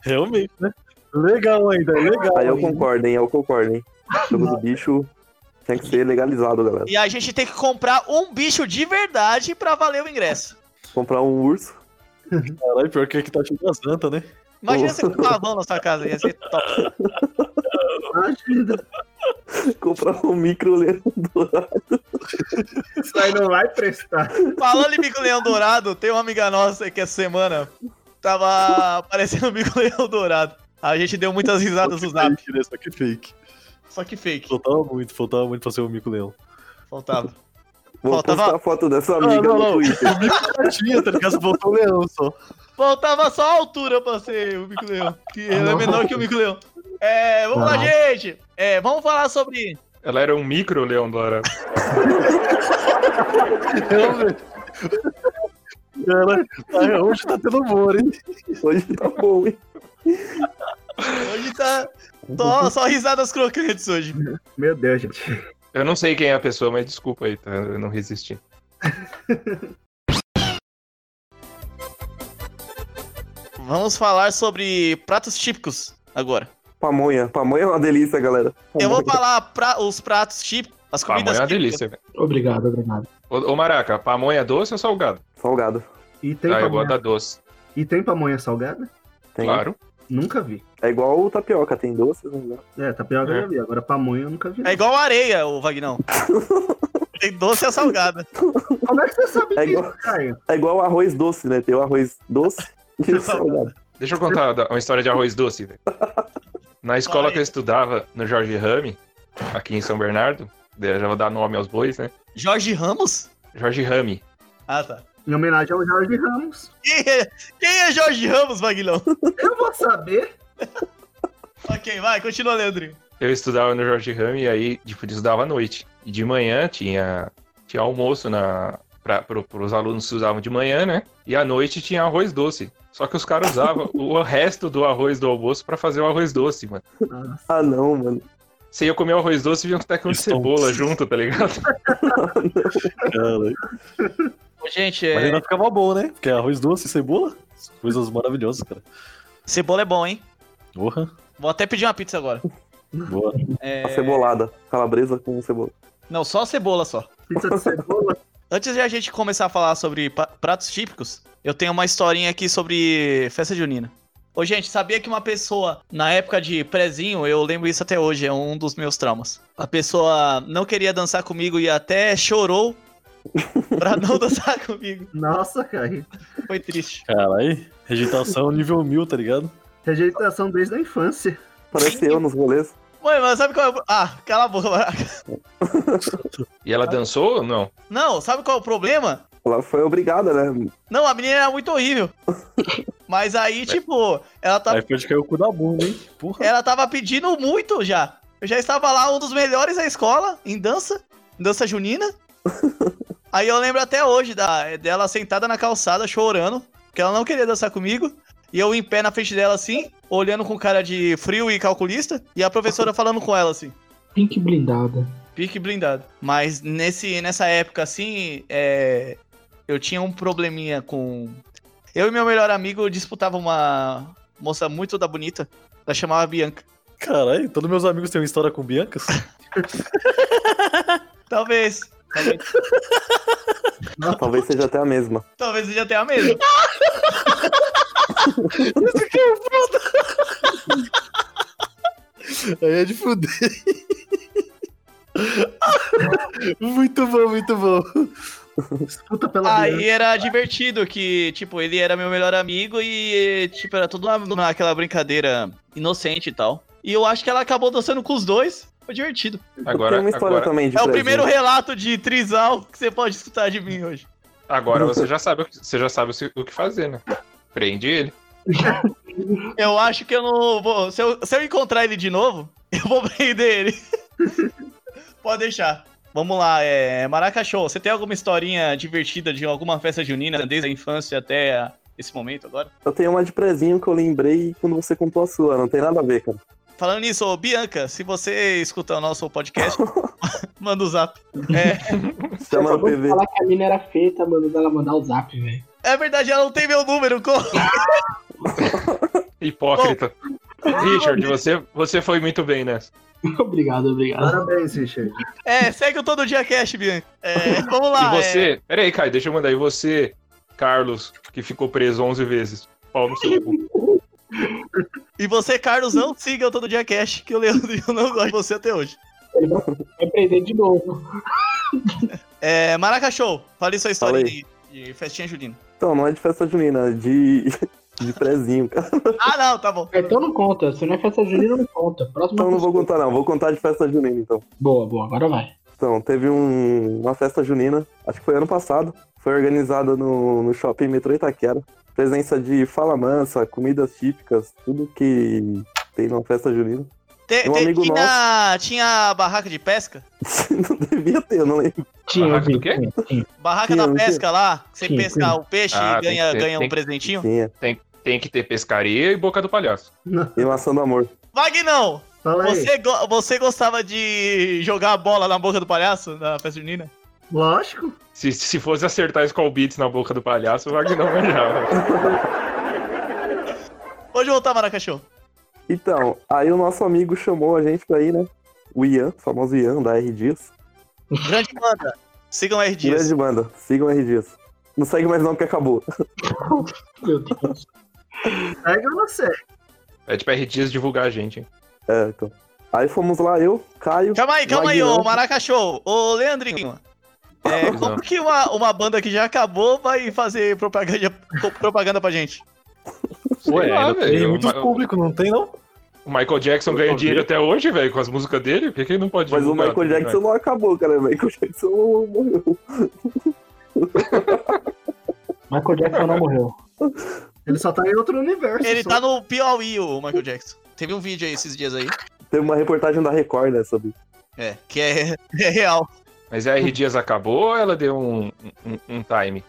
S5: Realmente, né? Legal ainda, é legal.
S4: Aí eu concordo, hein? Eu concordo, hein? Jogo do bicho tem que ser legalizado, galera.
S3: E a gente tem que comprar um bicho de verdade pra valer o ingresso.
S4: Comprar um urso. (laughs)
S5: Caralho, pior que aqui tá cheio das antas, né?
S3: Imagina você com um pavão na sua casa, ia ser top.
S2: Imagina,
S4: Comprar um micro leão dourado.
S2: (laughs) Isso aí não vai prestar.
S3: Falando em Bico Leão Dourado, tem uma amiga nossa que essa semana tava aparecendo o Bico Leão Dourado. A gente deu muitas risadas no zap,
S5: Fake, né? Só que fake.
S3: só que fake,
S5: Faltava muito, faltava muito pra ser o Mico (laughs) Leão.
S3: faltava.
S4: Vou
S3: Faltava-
S4: postar a foto dessa
S3: Ah,
S4: amiga
S5: não,
S4: no
S5: não.
S4: Twitter.
S5: O Mico Patinha, tá ligado? Você botou o Leão só.
S3: Faltava só a altura pra ser o Bico Leão, que ele é menor que o Bico Leão. É, vamos lá, gente! É, vamos falar sobre...
S1: Ela era um micro leão dourado.
S5: Realmente. Cara, ai, hoje tá tendo humor, hein?
S4: Hoje tá bom, hein?
S3: Hoje tá só, só risadas crocantes hoje.
S2: Meu Deus, gente.
S1: Eu não sei quem é a pessoa, mas desculpa aí, tá? Eu não resisti.
S3: Vamos falar sobre pratos típicos agora.
S4: Pamonha. Pamonha é uma delícia, galera.
S3: Eu vou
S4: Pamonha.
S3: falar pra- os pratos típicos, as
S1: Pamonha
S3: comidas
S1: é uma
S3: típicas.
S1: delícia, velho.
S6: Obrigado, obrigado.
S1: Ô, ô, Maraca, pamonha é doce ou salgado?
S4: Salgado.
S2: E tem,
S1: Ah, eu
S2: pamonha,
S1: gosto da doce.
S2: e tem pamonha salgada?
S4: Tem.
S1: Claro.
S2: Nunca vi.
S4: É igual o tapioca, tem doce, né? não dá.
S2: É, tapioca
S1: É.
S2: eu já vi. Agora pamonha eu nunca vi.
S3: É igual areia, o Vagnão. Tem doce e a salgada.
S2: Como é que você sabe
S4: É
S2: disso,
S4: igual-
S2: cara?
S4: É igual arroz doce, né? Tem o arroz doce e
S3: (laughs)
S4: o salgado.
S1: Deixa eu contar da- uma história de arroz doce,
S2: (laughs)
S1: velho. Na escola que eu estudava, no Jorge Rame, aqui em São Bernardo, eu já vou dar nome aos bois, né?
S3: Jorge Ramos?
S1: Jorge Rame.
S3: Ah, tá.
S2: Em homenagem ao Jorge Ramos.
S3: Quem é, quem é Jorge Ramos, Vagnão? (laughs)
S2: Eu vou saber.
S3: ok, vai, continua, Leandrinho.
S1: Eu estudava no Jorge Rame e aí, tipo, estudava à noite. E de manhã tinha, tinha almoço na, pra, pro, pros alunos que usavam de manhã, né? E à noite tinha arroz doce. Só que os caras
S2: (laughs)
S1: usavam o resto do arroz do almoço pra fazer o arroz doce, mano.
S2: Nossa,
S4: Ah, não, mano.
S1: Você ia comer o arroz doce e vinha um tecão de
S5: Stonks.
S1: cebola junto, tá ligado?
S5: Cara,
S3: Ô, Gente,
S5: mas
S3: é...
S5: ainda ficava bom, né? Porque arroz doce e cebola, coisas maravilhosas, cara.
S3: cebola é bom, hein?
S5: Porra,
S3: Vou até pedir uma pizza agora.
S5: boa.
S3: É...
S4: A cebolada. Calabresa com cebola.
S3: Não, só cebola só.
S2: pizza de cebola.
S3: Antes de a gente começar a falar sobre pa- pratos típicos, eu tenho uma historinha aqui sobre festa junina. Ô, gente, sabia que uma pessoa, na época de prezinho, eu lembro isso até hoje, é um dos meus traumas. A pessoa não queria dançar comigo e até chorou pra não dançar comigo.
S2: (laughs) Nossa, cara.
S3: Foi triste.
S5: Caralho, rejeitação nível mil, tá ligado?
S2: Rejeitação desde a infância.
S4: Parece
S3: (laughs)
S4: eu nos rolês.
S3: Mãe, mas sabe qual é o... Ah, cala a boca. (laughs) Maraca.
S1: (laughs) E ela dançou ou não?
S3: Não, sabe qual é o problema?
S4: Ela foi obrigada, né?
S3: Não, a menina era muito horrível. Mas aí, tipo, ela tava,
S5: Aí pode cair o cu da bunda, hein? Porra.
S3: ela tava pedindo muito já. Eu já estava lá, um dos melhores da escola, em dança, em dança junina. Aí eu lembro até hoje da, dela sentada na calçada, chorando, porque ela não queria dançar comigo. E eu em pé na frente dela, assim, olhando com cara de frio e calculista, e a professora falando com ela, assim.
S6: Pink blindada.
S3: Pique blindado. Mas nesse, nessa época, assim, é, eu tinha um probleminha com. Eu e meu melhor amigo disputava uma moça muito da bonita. Ela chamava Bianca.
S5: Caralho, todos meus amigos têm uma história com Biancas.
S3: Talvez. Talvez,
S4: Talvez seja até a mesma.
S3: talvez seja até a mesma.
S5: Aí é de fuder. (laughs) muito bom, muito bom.
S2: Puta pela vida.
S3: Aí era divertido que, tipo, ele era meu melhor amigo e, tipo, era tudo uma- uma- aquela brincadeira inocente e tal. E eu acho que ela acabou dançando com os dois. Foi divertido.
S1: Agora,
S4: Tem uma história
S1: agora,
S4: também de
S3: É o
S4: prezinho.
S3: primeiro relato de trisal que você pode escutar de mim hoje.
S4: então.
S1: agora você já sabe, o que- você já sabe o se- o que fazer, né? Prende ele.
S3: (laughs) Eu acho que eu não vou. Se eu, se eu encontrar ele de novo, eu vou prender ele. Pode deixar. Vamos lá, é... Maracachô, você tem alguma historinha divertida de alguma festa junina, desde a infância até a- esse momento agora?
S4: Eu tenho uma de prezinho que eu lembrei quando você contou a sua, não tem nada a ver, cara.
S3: Falando nisso, ô, Bianca, se você escutar o nosso
S4: (laughs)
S3: podcast, manda o zap. É,
S4: Chama no
S6: acabou de
S4: PV.
S6: falar que a mina era feia, tá mandando ela mandar o zap, velho. (laughs)
S3: é verdade, ela não tem meu número, como?
S1: Hipócrita. (laughs) Richard, você, você foi muito bem nessa.
S6: obrigado, obrigado.
S2: Parabéns, Richard.
S3: É, segue o Todo Dia Cash, Bianca. É, vamos lá.
S1: e
S3: é,
S1: você. Peraí, Caio, deixa eu mandar. E você, Carlos, que ficou preso 11 vezes. Pau no seu cu.
S3: e você, Carlos, não siga o Todo Dia Cash, que o Leandro (laughs) e eu não gosto de você até hoje.
S6: Ele vai vai prender de novo.
S3: É, Maracachô, fale sua história
S4: Fala
S3: de, de festinha junina.
S4: Então, não é de festa junina, é de, (laughs) de prezinho, cara.
S3: Ah, não, tá bom.
S6: Então não conta. Se não é festa junina, não conta. Próxima
S4: Então não vou
S6: pessoa.
S4: contar não, vou contar de festa junina então.
S6: Boa, boa. Agora vai.
S4: Então, teve um- uma festa junina, acho que foi ano passado. Foi organizada no, no shopping metrô Itaquera. Presença de fala mansa, comidas típicas, tudo que tem numa festa junina. (laughs)
S3: Te-
S4: Um
S3: te-
S4: amigo
S3: tinha, tinha a barraca de pesca?
S4: não devia ter, eu não lembro.
S6: Tinha,
S1: Barraca do
S6: vi,
S1: quê?
S6: tinha, tinha.
S3: Barraca
S4: Tinha,
S3: da
S4: não tinha?
S3: pesca lá, que você
S6: Tinha,
S3: pesca
S6: tinha.
S3: o peixe
S1: Ah,
S3: e
S1: tem que
S3: ganha,
S1: ter,
S3: ganha um
S1: tem que-
S3: presentinho?
S4: Tinha.
S1: Tem que ter pescaria e boca do palhaço.
S4: E maçã do amor.
S3: Vagnão,
S2: Fala aí.
S3: você, go- você gostava de jogar a bola na boca do palhaço na festa junina?
S2: Lógico.
S1: Se, se fosse acertar Skull Beats na boca do palhaço, o Wagner não
S4: (laughs)
S1: manjava.
S3: Pode voltar, tá, Maracachô.
S4: Então, aí o nosso amigo chamou a gente pra ir, né? O Ian, o famoso Ian da R Dias.
S3: Grande banda. Sigam a R Dias.
S4: Grande banda, sigam a R Dias. Não segue mais não que acabou.
S6: Meu Deus.
S2: Segue ou não segue?
S1: É tipo R dias divulgar a gente, hein?
S4: É, então. Aí fomos lá, eu, Caio.
S3: Calma aí, calma aí, ô
S4: Vagnão.
S3: Maracachô. Ô Leandrinho. É,
S1: Não.
S3: como que uma, uma banda que já acabou vai fazer propaganda, propaganda pra gente?
S1: Sei
S5: Ué,
S1: lá,
S5: ainda é, tem
S1: velho. O
S5: muitos
S1: Ma-
S5: públicos, não tem não?
S1: O Michael Jackson ganha dinheiro até hoje, velho, com as músicas dele. Por que, que ele não pode
S4: Mas o
S1: divulgar
S4: Michael
S1: também,
S4: Jackson não acabou, cara. O Michael Jackson morreu.
S6: Michael Jackson não morreu.
S2: Ele só tá em outro universo.
S3: Ele
S2: só.
S3: tá no Piauí, o Michael Jackson. Teve um vídeo aí esses dias aí.
S4: Teve uma reportagem da Record, né, sobre.
S3: É, que é, (laughs) é real.
S1: Mas a R dias acabou ou ela deu um, um, um time?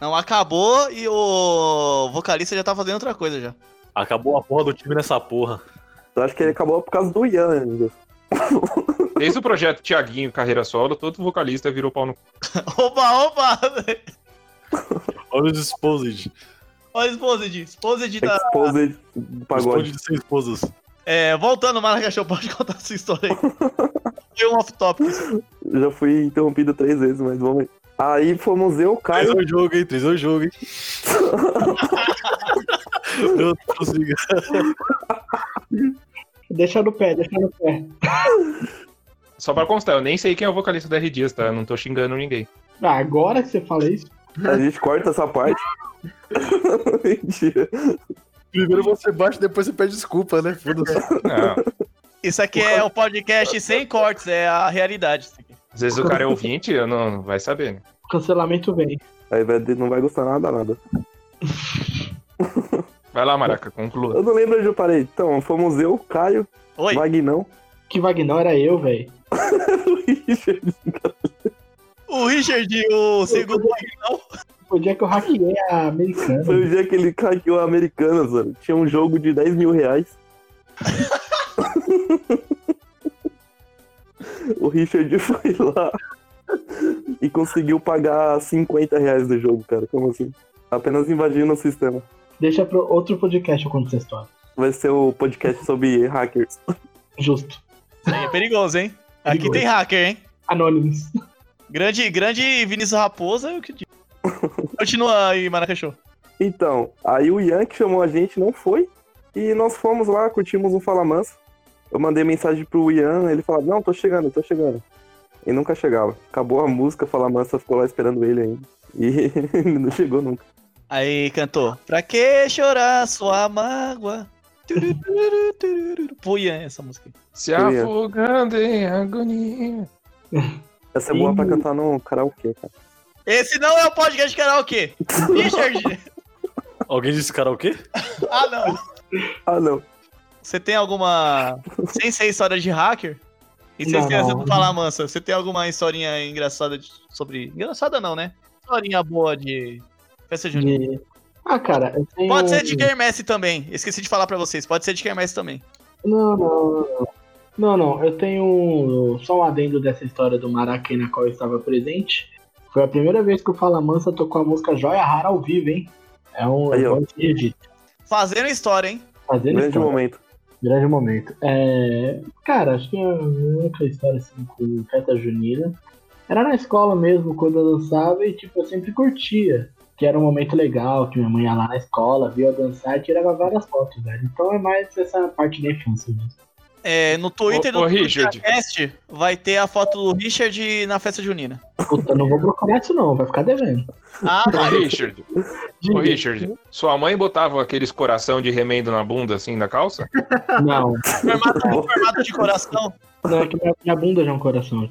S3: Não, acabou e o vocalista já tá fazendo outra coisa já.
S5: Acabou a porra do time nessa porra.
S4: Eu acho que ele acabou por causa do Ian né? ainda.
S1: Desde o projeto Tiaguinho Carreira Solo, todo vocalista virou pau no.
S3: Opa, opa! (laughs)
S5: Olha os exposed.
S3: Olha o Sposed, Sposed da...
S4: Exposed do
S5: Exposed
S4: pagode.
S5: de seis esposas.
S3: É, voltando, Maracachô, pode (laughs) contar sua história aí. Foi um off-topic.
S4: Já fui interrompido três vezes, mas vamos aí. Aí fomos eu,
S5: Três (laughs) é
S4: Caio.
S5: o jogo, hein? Três é o (laughs) jogo, hein? Eu não consigo.
S6: Deixa no pé, deixa no pé.
S1: Só pra constar, eu nem sei quem é o vocalista da R dias, tá? Eu não tô xingando ninguém.
S6: Ah, agora que você fala isso,
S4: A gente corta essa parte. (laughs) Mentira.
S5: Primeiro você baixa, depois você pede desculpa, né? Foda-se.
S1: Não.
S3: Isso aqui é o podcast sem cortes, é a realidade. isso aqui.
S1: Às vezes o cara é ouvinte, eu não não vai saber, né?
S6: o cancelamento vem.
S4: Aí vai, não vai gostar nada, nada.
S1: Vai lá, Maraca, conclua.
S4: Eu não lembro onde eu parei. Então, fomos eu, Caio,
S3: Oi,
S4: (laughs) Vagnão.
S6: Que Vagnão era eu, velho.
S4: o Richard.
S3: o Richard, o segundo...
S6: O dia que eu hackeei a
S4: Foi
S6: americana.
S4: o dia que é ele hackeou a Americanas, mano. Tinha um jogo de 10 mil reais. (laughs) o Richard foi lá e conseguiu pagar 50 reais do jogo, cara. Como assim? Apenas invadindo o sistema.
S6: Deixa pro outro podcast eu conto essa história.
S4: Vai ser o podcast sobre hackers.
S6: Justo.
S3: É perigoso, hein? Aqui
S6: Perigoso.
S3: tem hacker, hein?
S6: Anônimos.
S3: Grande, grande Vinícius Raposa, eu que digo. Continua aí, Maracachô.
S4: Então, aí o Ian que chamou a gente não foi. E nós fomos lá, curtimos um Fala Mansa. Eu mandei mensagem pro Ian, ele falava, não, tô chegando, tô chegando. E nunca chegava. Acabou a música, Fala Mansa ficou lá esperando ele ainda. E (laughs) ele não chegou nunca.
S3: Aí cantou. Pra que chorar sua mágoa? Turururu, turururu. Punha essa música.
S1: Se
S4: Eu ia.
S1: afogando em agonia.
S4: Essa é boa
S6: Ih.
S4: pra cantar no karaokê, cara.
S3: Esse não é o podcast karaokê. Richard!
S5: Alguém disse karaokê?
S3: Ah, não.
S4: Ah, não.
S3: Você tem alguma. Sem ser história de hacker? E vocês
S6: Não,
S3: crianças
S6: não.
S3: do Falamansa, você tem alguma historinha engraçada de- sobre. Engraçada não, né? Historinha boa de festa junina.
S6: E- Ah, cara, eu tenho...
S3: Pode ser de Kermesse também. Esqueci de falar pra vocês. Pode ser de Kermesse também.
S6: Não, não, não. Não, não, eu tenho só um adendo dessa história do Maracanã na qual eu estava presente. Foi a primeira vez que o Falamansa tocou a música Joia Rara ao vivo, hein? É um
S4: Aí, ó.
S6: grande,
S3: Fazendo história, hein?
S6: fazendo
S4: Grande
S6: história.
S4: momento.
S6: Grande momento. É, cara, acho que a única história assim, com festa junina era na escola mesmo, quando eu dançava e tipo, eu sempre curtia. Que era um momento legal, que minha mãe ia lá na escola, via eu dançar e tirava várias fotos, velho. Então é mais essa parte da infância mesmo.
S3: É, no Twitter
S1: Ô, ô,
S3: do
S1: Richard.
S3: podcast vai ter a foto do Richard na festa junina.
S6: Puta, não vou procurar isso não, vai ficar devendo.
S3: (laughs) Ah,
S1: Ô,
S3: vai.
S1: Richard, ô,
S4: é?
S1: Richard, sua mãe botava aqueles coração de remendo na bunda, assim, na calça?
S6: Não,
S3: formato, é formato de coração.
S6: não é que minha, minha bunda já é um coração.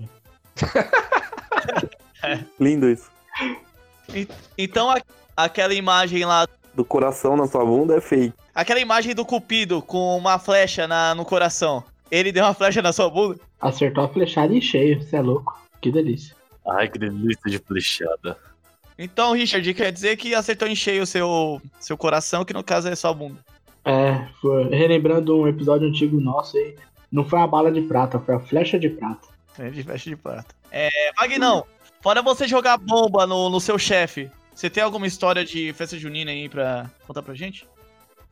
S6: Já.
S4: Lindo isso.
S3: Então a- aquela imagem lá.
S4: Do coração na sua bunda é fake.
S3: Aquela imagem do Cupido com uma flecha na- no coração. Ele deu uma flecha na sua bunda.
S6: Acertou a flechada em cheio, você é louco. Que delícia.
S5: Ai, que delícia de flechada.
S3: Então, Richard, quer dizer que acertou em cheio o seu, seu coração, que no caso é sua bunda.
S6: É, foi, relembrando um episódio antigo nosso aí, não foi a bala de prata, foi a flecha de prata.
S3: É de flecha de prata. É, Magnão, fora você jogar bomba no, no seu chefe, você tem alguma história de festa junina aí pra contar pra gente?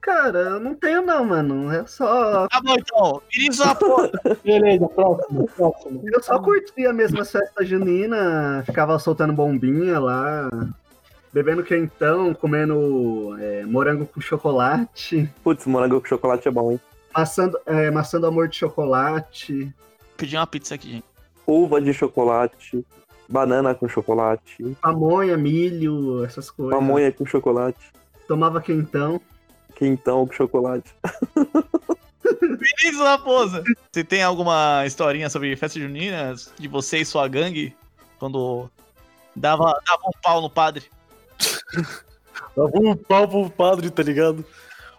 S2: Cara, eu não tenho não, mano. Eu só,
S3: Tá bom, então. Vinícius (laughs) Raposo.
S6: Beleza, próximo, próximo.
S2: eu só curtia mesmo as festas juninas, ficava soltando bombinha lá, bebendo quentão, comendo é, morango com chocolate,
S4: Putz, morango com chocolate é bom, hein?
S2: maçando, é, maçando amor de chocolate.
S3: Pedi uma pizza aqui, gente.
S4: Uva de chocolate. Banana com chocolate.
S2: Pamonha, milho, essas coisas.
S4: Pamonha com chocolate.
S2: Tomava quentão.
S4: Quentão com chocolate.
S3: Vinícius Raposa. Você tem alguma historinha sobre festa junina de você e sua gangue? Quando dava, dava um pau no padre?
S5: Dava um pau pro padre, tá ligado?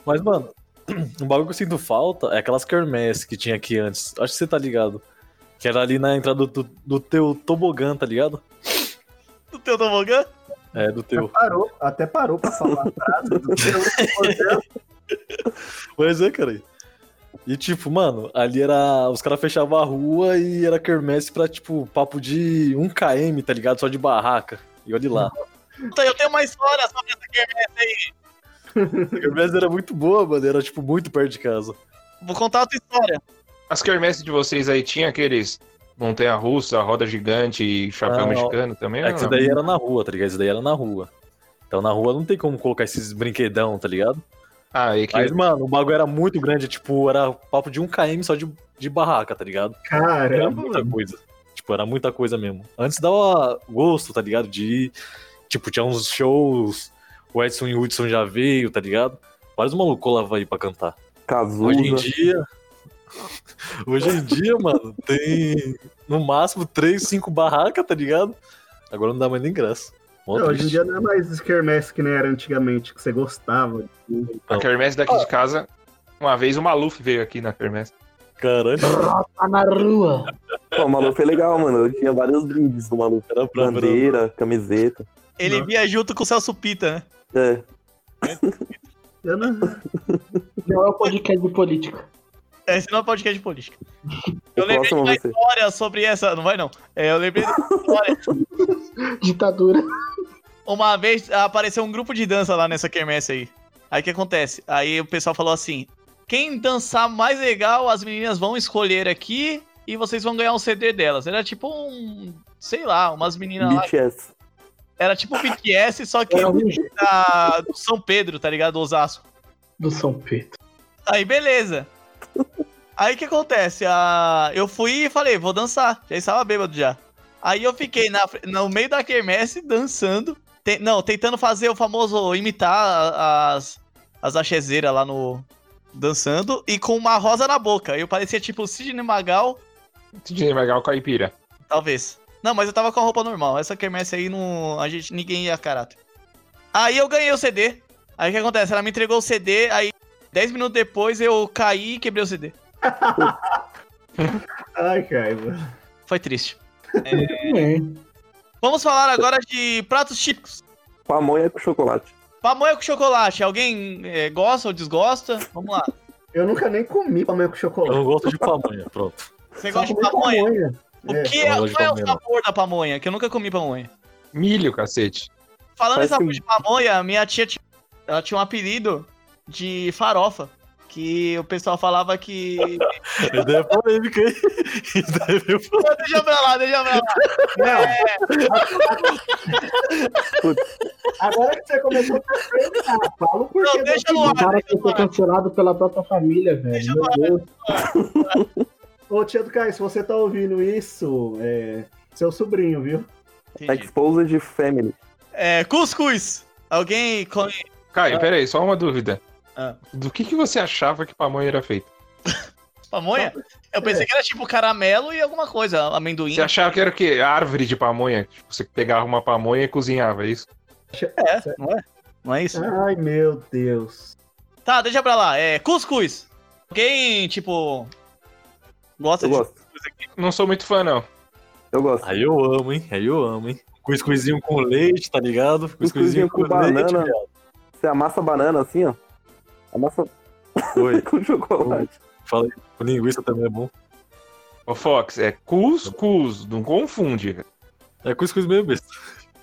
S5: Mas, mano, (clears throat) um bagulho que eu sinto falta é aquelas quermesses que tinha aqui antes. Acho que você tá ligado. Que era ali na entrada do, do- do teu tobogã, tá ligado?
S3: Do teu tobogã?
S5: É, do teu.
S2: Parou, até parou pra falar a
S5: (laughs)
S2: frase do seu-
S5: Mas é, cara. E tipo, mano, ali era. Os caras fechavam a rua e era quermesse pra, tipo, papo de 1km, tá ligado? Só de barraca. E olha lá.
S3: Puta, Então, eu tenho uma história sobre essa quermesse.
S5: A quermesse era muito boa, mano. Era, tipo, muito perto de casa.
S3: Vou contar outra história.
S1: As quermesses de vocês aí tinha aqueles montanha-russa, roda gigante e chapéu
S5: Não,
S1: mexicano também?
S5: É
S1: ou
S5: que
S1: não?
S5: isso daí era na rua, tá ligado? Isso daí era na rua. Então na rua não tem como colocar esses brinquedão, tá ligado?
S1: Ah, e que...
S5: Mas, mano, o bagulho era muito grande, tipo, era papo de 1km só de, de barraca, tá ligado? Era
S2: Caramba,
S5: muita coisa. Tipo, era muita coisa mesmo. Antes dava gosto, tá ligado? De ir. Tipo, tinha uns shows. O Edson e o Hudson já veio, tá ligado? Vários malucos lá vai pra cantar. Hoje em
S4: Cazuza.
S5: dia. (laughs) Hoje em dia, mano, tem no máximo 3, 5 barracas, tá ligado? Agora não dá mais nem graça. Mó
S2: Não, hoje em
S5: triste.
S2: dia não é mais quermesse que nem era antigamente, que você gostava.
S1: a quermesse daqui de casa, uma vez o Maluf veio aqui na quermesse.
S5: Caralho,
S6: Tá na rua.
S4: Pô, o Maluf é legal, mano. Eu tinha vários brindes do Maluf.
S5: era brabo, era brabo.
S4: Bandeira, camiseta.
S3: Ele
S2: Não.
S3: via junto com o Celso Pita, né?
S4: É.
S2: Eu não,
S6: Não é o podcast de política.
S3: Esse não é podcast de política. Eu
S4: O
S3: lembrei de
S4: próximo
S3: uma
S4: vai ser.
S3: história sobre essa. Não vai não. É, eu lembrei de uma história.
S6: Ditadura.
S3: Uma vez apareceu um grupo de dança lá nessa quermesse aí. Aí o que acontece? Aí o pessoal falou assim: quem dançar mais legal, as meninas vão escolher aqui e vocês vão ganhar um CD delas. Era tipo um. Sei lá, umas meninas lá.
S4: BTS.
S3: Era tipo o BTS, só que
S6: Era um jeito
S3: da- do São Pedro, tá ligado? Do Osasco.
S6: do São Pedro.
S3: Aí, beleza. Aí o que acontece? Ah, eu fui e falei, vou dançar. Já estava bêbado já. Aí eu fiquei na fre- no meio da quermesse dançando. Te- não, tentando fazer o famoso imitar a- as, as achezeiras lá no. dançando e com uma rosa na boca. Eu parecia tipo Sidney Magal,
S1: Sidney Magal caipira.
S3: talvez. Não, mas eu tava com a roupa normal. Essa quermesse aí não. A gente, ninguém ia a caráter. Aí eu ganhei o CD. Aí o que acontece? Ela me entregou o CD, aí 10 minutos depois eu caí e quebrei o CD.
S2: Ai, Caiba.
S3: Foi triste.
S6: Tudo bem.
S3: Vamos falar agora de pratos típicos.
S4: Pamonha com chocolate.
S3: Pamonha com chocolate. Alguém eh, gosta ou desgosta? Vamos lá.
S2: Eu nunca nem comi pamonha com
S5: Eu não
S2: chocolate.
S5: gosto de pamonha, pronto.
S3: Você
S2: Só
S3: gosta de
S2: comi
S3: pamonha?
S2: É.
S3: O que
S5: eu
S3: é,
S5: gosto de
S3: qual é o
S5: pamonha.
S3: sabor da pamonha? Que eu nunca comi pamonha.
S1: Milho, cacete.
S3: Falando em
S4: Parece
S3: sabor
S4: um-
S3: de pamonha, a minha tia tinha, ela tinha um apelido de farofa. Que o pessoal falava que.
S5: Ideia é polêmica, hein? (laughs) é Ideia meio polêmica.
S3: (laughs) deixa pra lá, deixa pra lá.
S2: Não. Agora que você começou a perguntar, fala o porquê.
S3: Não, deixa
S2: da-
S3: no
S6: O
S3: ar.
S6: cara que foi cancelado pela própria família, velho.
S3: Deixa
S6: Meu Deus.
S2: Ô, tia do Caio, se você tá ouvindo isso, é seu sobrinho, viu?
S3: Entendi.
S4: Exposed Family.
S3: É, cuscuz. Alguém come.
S5: Ah.
S1: Caio, peraí, só uma dúvida.
S3: Ah.
S1: Do que, que você achava que pamonha era feita?
S3: Pamonha? Eu pensei que era tipo caramelo e alguma coisa, amendoim.
S1: Você achava que era o quê? Árvore de pamonha? Tipo, você pegava uma pamonha e cozinhava, é isso?
S3: É, não é? Não é isso?
S2: Ai, meu Deus.
S3: Tá, deixa pra lá. É, cuscuz. Alguém, tipo. Gosta
S4: Eu
S3: de.
S4: gosto.
S1: Não sou muito fã, não.
S4: Eu gosto.
S5: Aí eu amo, hein? Aí eu amo, hein? Cuscuzinho com leite, tá ligado?
S4: Cuscuzinho com banana.
S5: viado.
S4: Você amassa a banana assim, ó. Amassa (laughs)
S5: Oi,
S4: com chocolate.
S5: falei. Com linguiça também é bom.
S1: Ô, Fox, é cuscuz, não confunde. velho.
S5: É cuscuz meio besta.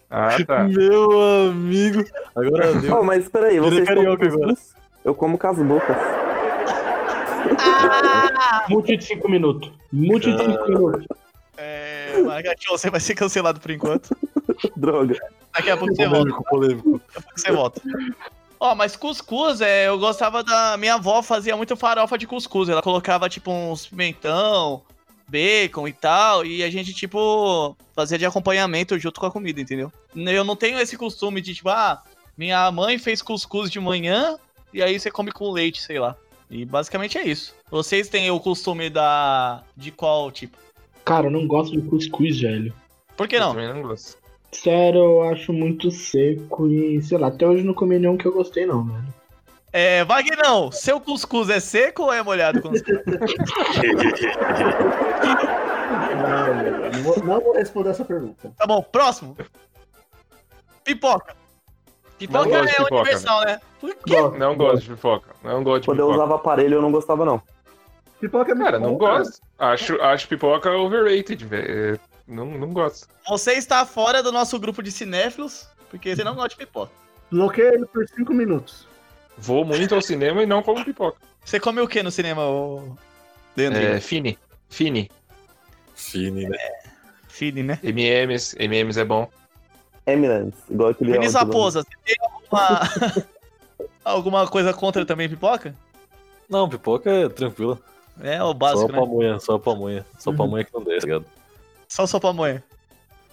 S1: Ah,
S5: (laughs)
S1: tá.
S5: Meu amigo. Agora deu.
S4: Oh, mas peraí,
S3: é
S5: Virei
S4: vocês comem
S5: carioca agora.
S4: cuscuz? Eu como com as bocas. (laughs)
S6: Multi de 5 minutos. Multi de 5 minutos.
S3: É, Margatinho, você vai ser cancelado por enquanto.
S4: Droga.
S3: Daqui a pouco
S5: Tá
S3: você volta.
S5: (laughs) polêmico, polêmico.
S3: Você volta. Ó, mas cuscuz, é, eu gostava da. Minha avó fazia muito farofa de cuscuz. Ela colocava, tipo, uns pimentão, bacon e tal. E a gente, tipo, fazia de acompanhamento junto com a comida, entendeu? Eu não tenho esse costume de, tipo, ah, minha mãe fez cuscuz de manhã e aí você come com leite, sei lá. E basicamente é isso. Vocês têm o costume da. de qual tipo?
S6: Cara, eu não gosto de cuscuz, velho.
S3: Por que
S1: Eu
S3: não?
S1: também não gosto.
S6: Sério, eu acho muito seco e, sei lá, até hoje não comi nenhum que eu gostei, não, né? velho.
S3: É, Vagnão, seu cuscuz é seco ou é molhado quando você
S2: Ai, não, vou, não vou responder essa pergunta.
S3: Tá bom, próximo. Pipoca. Pipoca
S1: Não gosto
S3: é
S1: de pipoca,
S3: universal, né? Por quê?
S6: Gosto.
S1: Não gosto de pipoca. Não gosto de
S4: Quando eu
S1: pipoca.
S4: usava aparelho, eu não gostava, não.
S2: Pipoca é muito
S1: Cara, não
S2: bom, cara.
S1: gosto. Acho, acho pipoca overrated, velho. É, Não, não gosto.
S3: Você está fora do nosso grupo de cinéfilos, porque você não gosta de pipoca.
S2: Bloqueei ele por 5 minutos.
S1: Vou muito ao cinema e não como pipoca.
S3: Você come o que no cinema, ô... Leandro?
S1: É, Fini. Fini.
S5: Fini, né?
S3: Fini, né?
S1: MMs. MMs é bom.
S4: Eminence, igual aquele.
S3: Fini
S4: áudio, né?
S3: Raposa, você tem alguma... (laughs) alguma coisa contra também pipoca?
S5: Não, pipoca é tranquila.
S3: É, o
S5: Só
S3: básico, né?
S5: pamonha, só pamonha. Só
S2: Uhum.
S5: pamonha que não desce, tá ligado?
S3: Só só pamonha.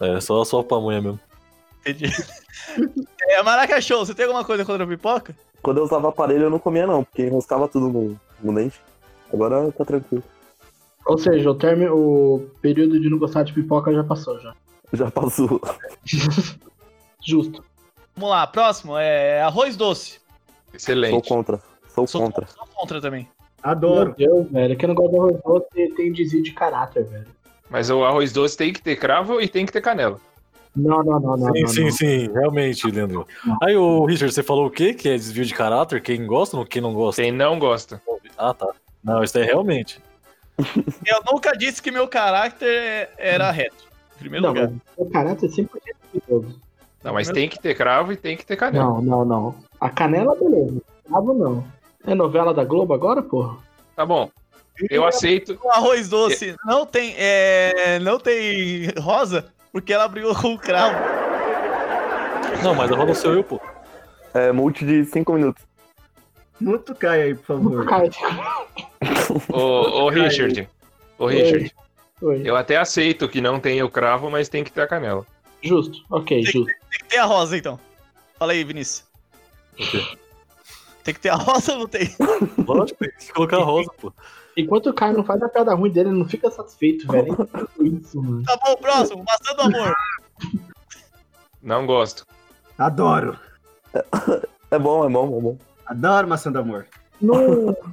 S5: É, só, só pamonha mesmo.
S3: Entendi. (laughs) é, Maracachou, você tem alguma coisa contra pipoca?
S4: Quando eu usava aparelho, eu não comia, não, porque enroscava tudo no, no dente. Agora tá tranquilo.
S6: Ou seja, o, termo, o período de não gostar de pipoca já passou,
S5: (laughs)
S6: já.
S4: Já passou.
S6: Justo.
S3: Vamos lá, próximo. É arroz doce.
S4: Sou
S1: Excelente.
S4: contra. Sou,
S3: Sou
S4: contra.
S3: sou contra também.
S2: Adoro.
S6: Meu Deus, velho. Quem não gosta de arroz doce tem desvio de caráter, velho.
S1: Mas o arroz doce tem que ter cravo e tem que ter canela.
S6: Não, não, não, não.
S5: sim,
S6: não,
S5: sim,
S6: não.
S5: sim, realmente, Leandro. Aí, o Richard, você falou o quê? Que é desvio de caráter? Quem gosta ou quem não gosta?
S1: Quem não gosta.
S5: Ah, tá. Não, isso é realmente.
S3: Eu nunca disse que meu caráter era reto. Em primeiro
S6: Não,
S3: lugar.
S6: mas o caráter é 100% perigoso.
S1: Não, mas tem que ter cravo e tem que
S5: É
S1: ter canela.
S6: Não, não, não. A canela, beleza. Cravo, não. É novela da Globo agora, porra?
S1: Tá bom. Eu aceito.
S3: O Um arroz doce não tem. é, não tem rosa, porque ela brigou com o cravo.
S5: Não, mas eu sou eu, pô.
S4: É, multi de 5 minutos.
S2: Muito Caio aí, por favor.
S6: Cara,
S1: Ô, ô Richard. Ô, Richard.
S6: Oi.
S1: Eu até aceito que não tenha o cravo, mas tem que ter a canela.
S6: Justo, ok, justo.
S3: Tem que ter a rosa, então. Fala aí, Vinícius. Tem que ter a rosa ou não tem? (laughs)
S5: Lógico, tem que colocar rosa, pô.
S6: Enquanto o cara não faz a piada ruim dele, ele não fica satisfeito, velho. É Isso, mano.
S3: Tá bom, próximo. Maçã do amor.
S1: Não gosto.
S2: Adoro.
S4: É bom, é bom, é bom.
S2: Adoro maçã do amor.
S6: Não,
S2: (laughs)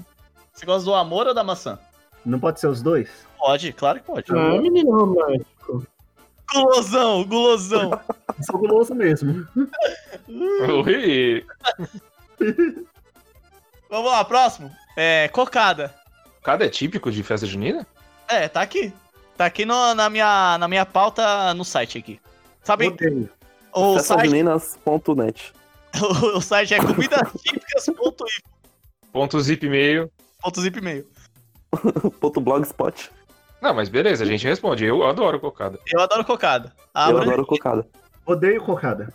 S3: Você gosta do amor ou da maçã?
S2: Não pode ser os dois?
S3: Pode, claro que pode.
S6: Não é menino romântico.
S3: Gulosão, gulosão.
S2: Sou guloso mesmo. Hum.
S1: Ui,
S3: Vamos lá, próximo. É, cocada.
S1: cada é típico de festa junina?
S3: É, tá aqui. Tá aqui no- na, minha, na minha pauta no site aqui. Sabe,
S2: Odeio.
S3: o
S4: é
S3: site,
S4: Festasmeninas.net.
S3: (laughs) o site é comidatípicas.zip
S1: Ponto zip meio.
S3: meio.
S4: (laughs) Ponto blogspot.
S1: Não, mas beleza, a gente responde. Eu adoro cocada.
S3: Eu adoro cocada. Ah,
S4: Eu
S3: Abra.
S4: adoro cocada.
S2: Odeio cocada.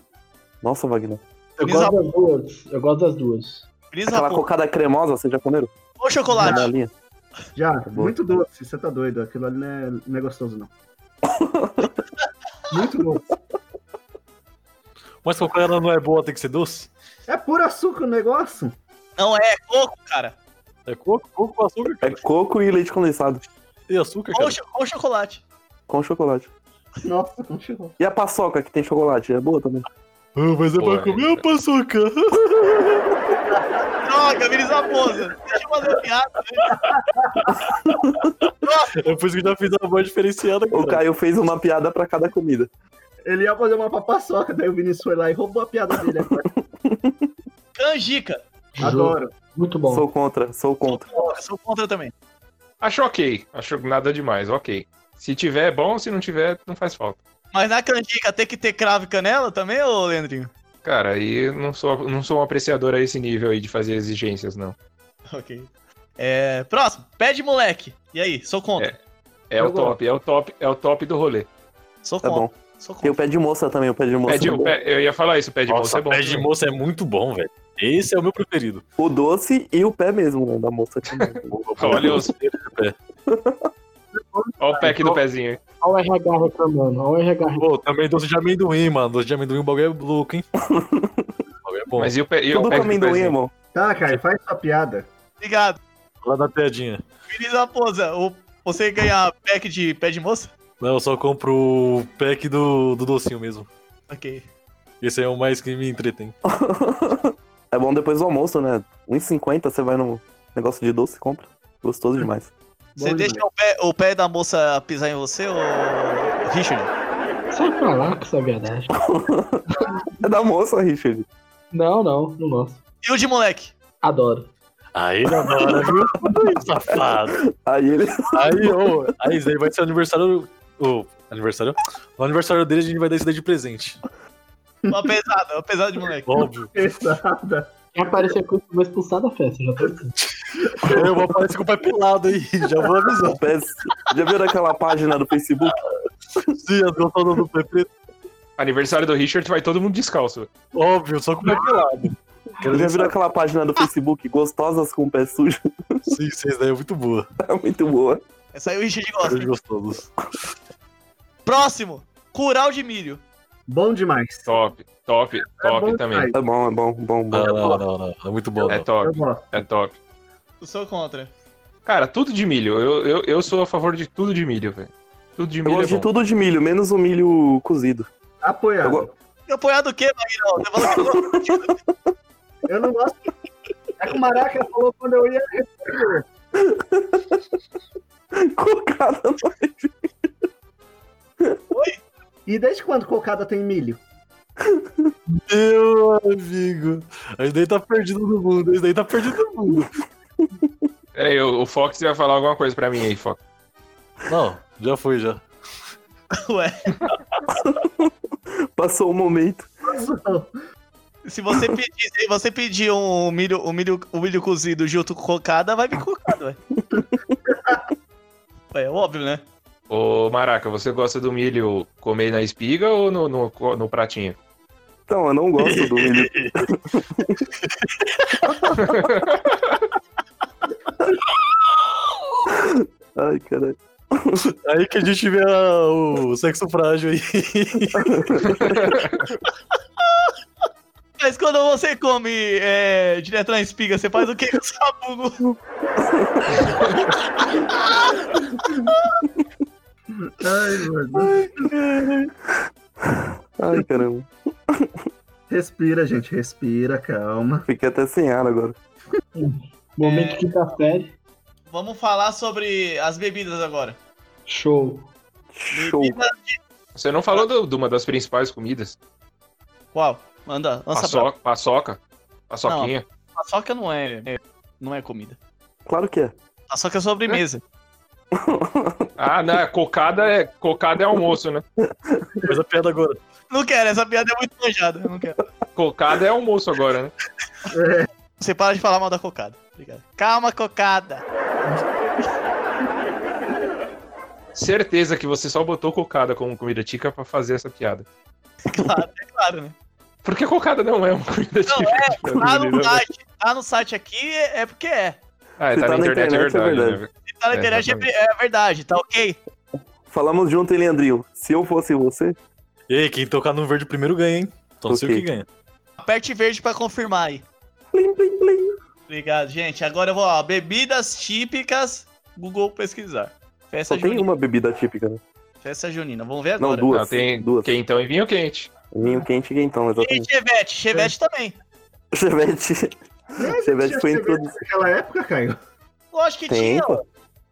S4: Nossa, Wagner.
S6: Eu
S3: Lisa-
S6: gosto das duas. Eu gosto das duas.
S3: Brisa
S4: Aquela
S3: Pô.
S4: cocada cremosa, você já comeram?
S3: Ou chocolate.
S4: Na linha.
S2: Já,
S4: bom.
S2: muito doce. Você tá doido. Aquilo ali não é, não é gostoso, (laughs) não. muito doce.
S5: Mas qualquer ela não é boa, tem que ser doce?
S2: É puro açúcar o negócio.
S3: Não, é coco, cara.
S5: É coco, coco com açúcar,
S4: É
S5: cara.
S4: coco e leite condensado.
S5: E açúcar,
S3: Ou,
S5: cara.
S3: cho- ou chocolate.
S4: Com chocolate.
S2: Nossa, não chegou.
S4: E a paçoca que tem chocolate? É boa também.
S5: Ah, mas é
S1: Pô,
S5: pra comer
S1: é.
S5: a paçoca.
S3: Droga, Brisa Pousa. Deixa eu fazer a piada.
S5: (laughs) É por isso que eu já fiz uma boa diferenciada,
S4: O
S5: cara.
S4: Caio fez uma piada pra cada comida.
S2: Ele ia fazer uma papaçoca, daí o Vinícius foi lá e roubou a piada dele (laughs) agora.
S3: Canjica.
S2: Adoro.
S6: Muito bom.
S4: Sou contra, sou contra.
S3: Porra, sou contra também.
S1: Acho ok. Acho nada demais, ok. Se tiver, é bom. Se não tiver, não faz falta.
S3: Mas na canjica tem que ter cravo e canela também, ô Leandrinho?
S1: Cara, aí eu não sou, não sou um apreciador a esse nível aí de fazer exigências, não.
S3: Ok. É, próximo. Pé de moleque. E aí, sou contra.
S1: É
S2: Eu
S1: o top, é o top, é o top do rolê.
S3: Sou
S4: Tá
S3: contra.
S4: bom.
S3: Sou contra.
S4: Tem o pé de moça também, o pé de moça.
S1: Pé de-
S4: é bom.
S1: pé- eu ia falar isso, pé de moça é bom.
S5: pé de
S1: também.
S5: moça é muito bom, velho. Esse é o meu preferido.
S4: O doce e o pé mesmo, né? Da moça também.
S1: Olha os-
S5: É.
S1: Olha o pack do pezinho. aí.
S6: Olha o RH reclamando. Olha o RH reclamando.
S5: Pô, também doce de amendoim, mano. Doce de amendoim, o bagulho é
S1: (laughs)
S5: louco, hein? O bagulho é bom.
S1: Mas e o, pé, (laughs) e o
S4: Tudo com
S1: pack do
S4: amendoim, é
S1: pezinho?
S4: irmão.
S2: Tá, Caio, faz sua piada.
S3: Obrigado.
S5: Lá da piadinha.
S3: Vinícius Raposa, o- você ganha pack de pé de moça?
S5: Não, eu só compro o pack do, do docinho mesmo.
S3: Ok.
S5: Esse é o mais que me entretém.
S4: É bom depois do almoço, né? 1,50 você vai no negócio de doce e compra. Gostoso demais.
S3: Você
S2: Bom
S3: deixa o pé, o pé da moça pisar em você, ou Richard?
S6: Sai pra lá com essa viadagem.
S4: É da moça, Richard.
S6: Não, não. Não gosto.
S3: E o de moleque?
S6: Adoro.
S5: Aí agora, viu?
S1: (laughs)
S5: Safado.
S4: Aí ele. (laughs)
S5: Aí, ô. aí, isso aí vai ser o aniversário. Ô, aniversário? No aniversário dele, a gente vai dar isso daí de presente.
S3: Uma pesada, uma pesada de moleque.
S5: Óbvio.
S2: Pesada.
S6: Quem aparecer com isso, eu vou expulsar da festa. Já tô aqui.
S5: Eu vou aparecer com o pai pelado aí. Já vou avisar.
S4: o pé- Já viram aquela página do Facebook?
S5: Sim, as gostonas do pai preto.
S1: Aniversário do Richard vai todo mundo descalço.
S5: Óbvio, só com o pai pelado. Quero
S4: Já
S5: ver
S4: viram aquela página do Facebook? Gostosas com o pé sujo.
S5: Sim, vocês daí é muito boa.
S4: (laughs) É muito boa.
S3: Essa aí o Richard
S5: Quero
S3: gosta.
S5: ver gostosos.
S3: Próximo, curau de milho.
S2: Bom demais.
S1: Top, top, top
S2: bom
S1: também.
S2: demais.
S4: É bom, é bom, bom, bom.
S1: Ah,
S5: Não, não, não, não. É muito bom.
S1: É
S5: não.
S2: Eu
S1: top,
S2: gosto.
S1: é top.
S3: Eu sou contra.
S1: Cara, tudo de milho. Eu, eu, eu sou a favor de tudo de milho, velho. Tudo de
S4: Eu
S1: milho é
S4: gosto de
S1: bom.
S4: tudo de milho, menos o milho cozido. (laughs) Eu,
S2: Apoiado.
S4: go-
S3: E apoiado o quê, Maguirão? Você falou que não gosta de milho.
S2: Eu não gosto. É que o Maraca falou quando eu ia.
S4: Cocada no pé de-
S2: E desde quando cocada tem milho?
S5: Meu amigo. Esse daí tá perdido no mundo. Esse daí tá perdido no mundo.
S1: Peraí, o, o Fox vai falar alguma coisa pra mim aí, Fox.
S5: Não, já foi, já.
S3: Ué,
S4: Passou o momento.
S3: se você pedir, se você pedir um milho, um milho, um milho cozido junto com cocada, vai vir cocada, ué. Ué, óbvio, né?
S1: Ô, Maraca, você gosta do milho comer na espiga ou no, no, co- no pratinho?
S4: Então, eu não gosto do
S1: (laughs)
S4: milho. Ai, caralho.
S5: Aí que a gente vê a- o sexo frágil aí.
S3: Mas quando você come é, direto na espiga, você faz o quê com o sabugo?
S2: Ai, meu Deus.
S4: Ai, caramba.
S2: Respira, gente, respira, calma.
S4: Fiquei até sem ar agora.
S6: Momento quinta série.
S3: Vamos falar sobre as bebidas agora.
S6: Show.
S4: Show.
S1: Você não falou do- de uma das principais comidas?
S3: Qual? Manda, lança pra...
S1: Paçoca, paçoca. Paçoquinha.
S3: Paçoca não é, é- não é comida.
S4: Claro que é.
S3: Paçoca é sobremesa.
S1: Ah, não. Cocada é, cocada é almoço, né?
S5: Faz a piada agora.
S3: Não quero, essa piada é muito manjada. eu Não quero.
S1: Cocada é almoço agora, né?
S3: Você para de falar mal da cocada. Obrigado. Calma, cocada.
S1: Certeza que você só botou cocada como comida tica pra fazer essa piada.
S3: Claro, é claro, né?
S1: Porque cocada não é uma comida
S3: Não,
S1: típica. de
S3: Tá no
S1: Campinas, né?
S3: site, tá no site aqui, é é porque é.
S1: Ah,
S4: Se
S1: tá, na internet, é verdade. né?
S3: Se tá na
S1: É,
S3: internet é, é verdade, tá ok?
S4: Falamos junto, hein, Leandrinho? Se eu fosse você,
S5: E aí, quem tocar no verde primeiro ganha, hein? Então sei o
S4: Ok.
S5: que ganha.
S3: Aperte verde pra confirmar aí.
S4: plim, plim, plim.
S3: Obrigado, gente. Agora eu vou, ó, bebidas típicas, Google pesquisar. Festa
S4: Só tem
S3: junina.
S4: uma bebida típica, né?
S3: Festa junina, vamos ver
S4: Não,
S3: agora.
S4: duas.
S1: Não, tem
S4: Duas.
S1: quentão e vinho quente.
S4: Vinho quente e quentão,
S3: E
S4: exatamente.
S3: chevette, chevette também.
S4: Chevette. Chevette foi introduzido.
S2: Naquela época, Caio.
S3: Lógico que
S4: Tem,
S3: tinha.
S4: pô.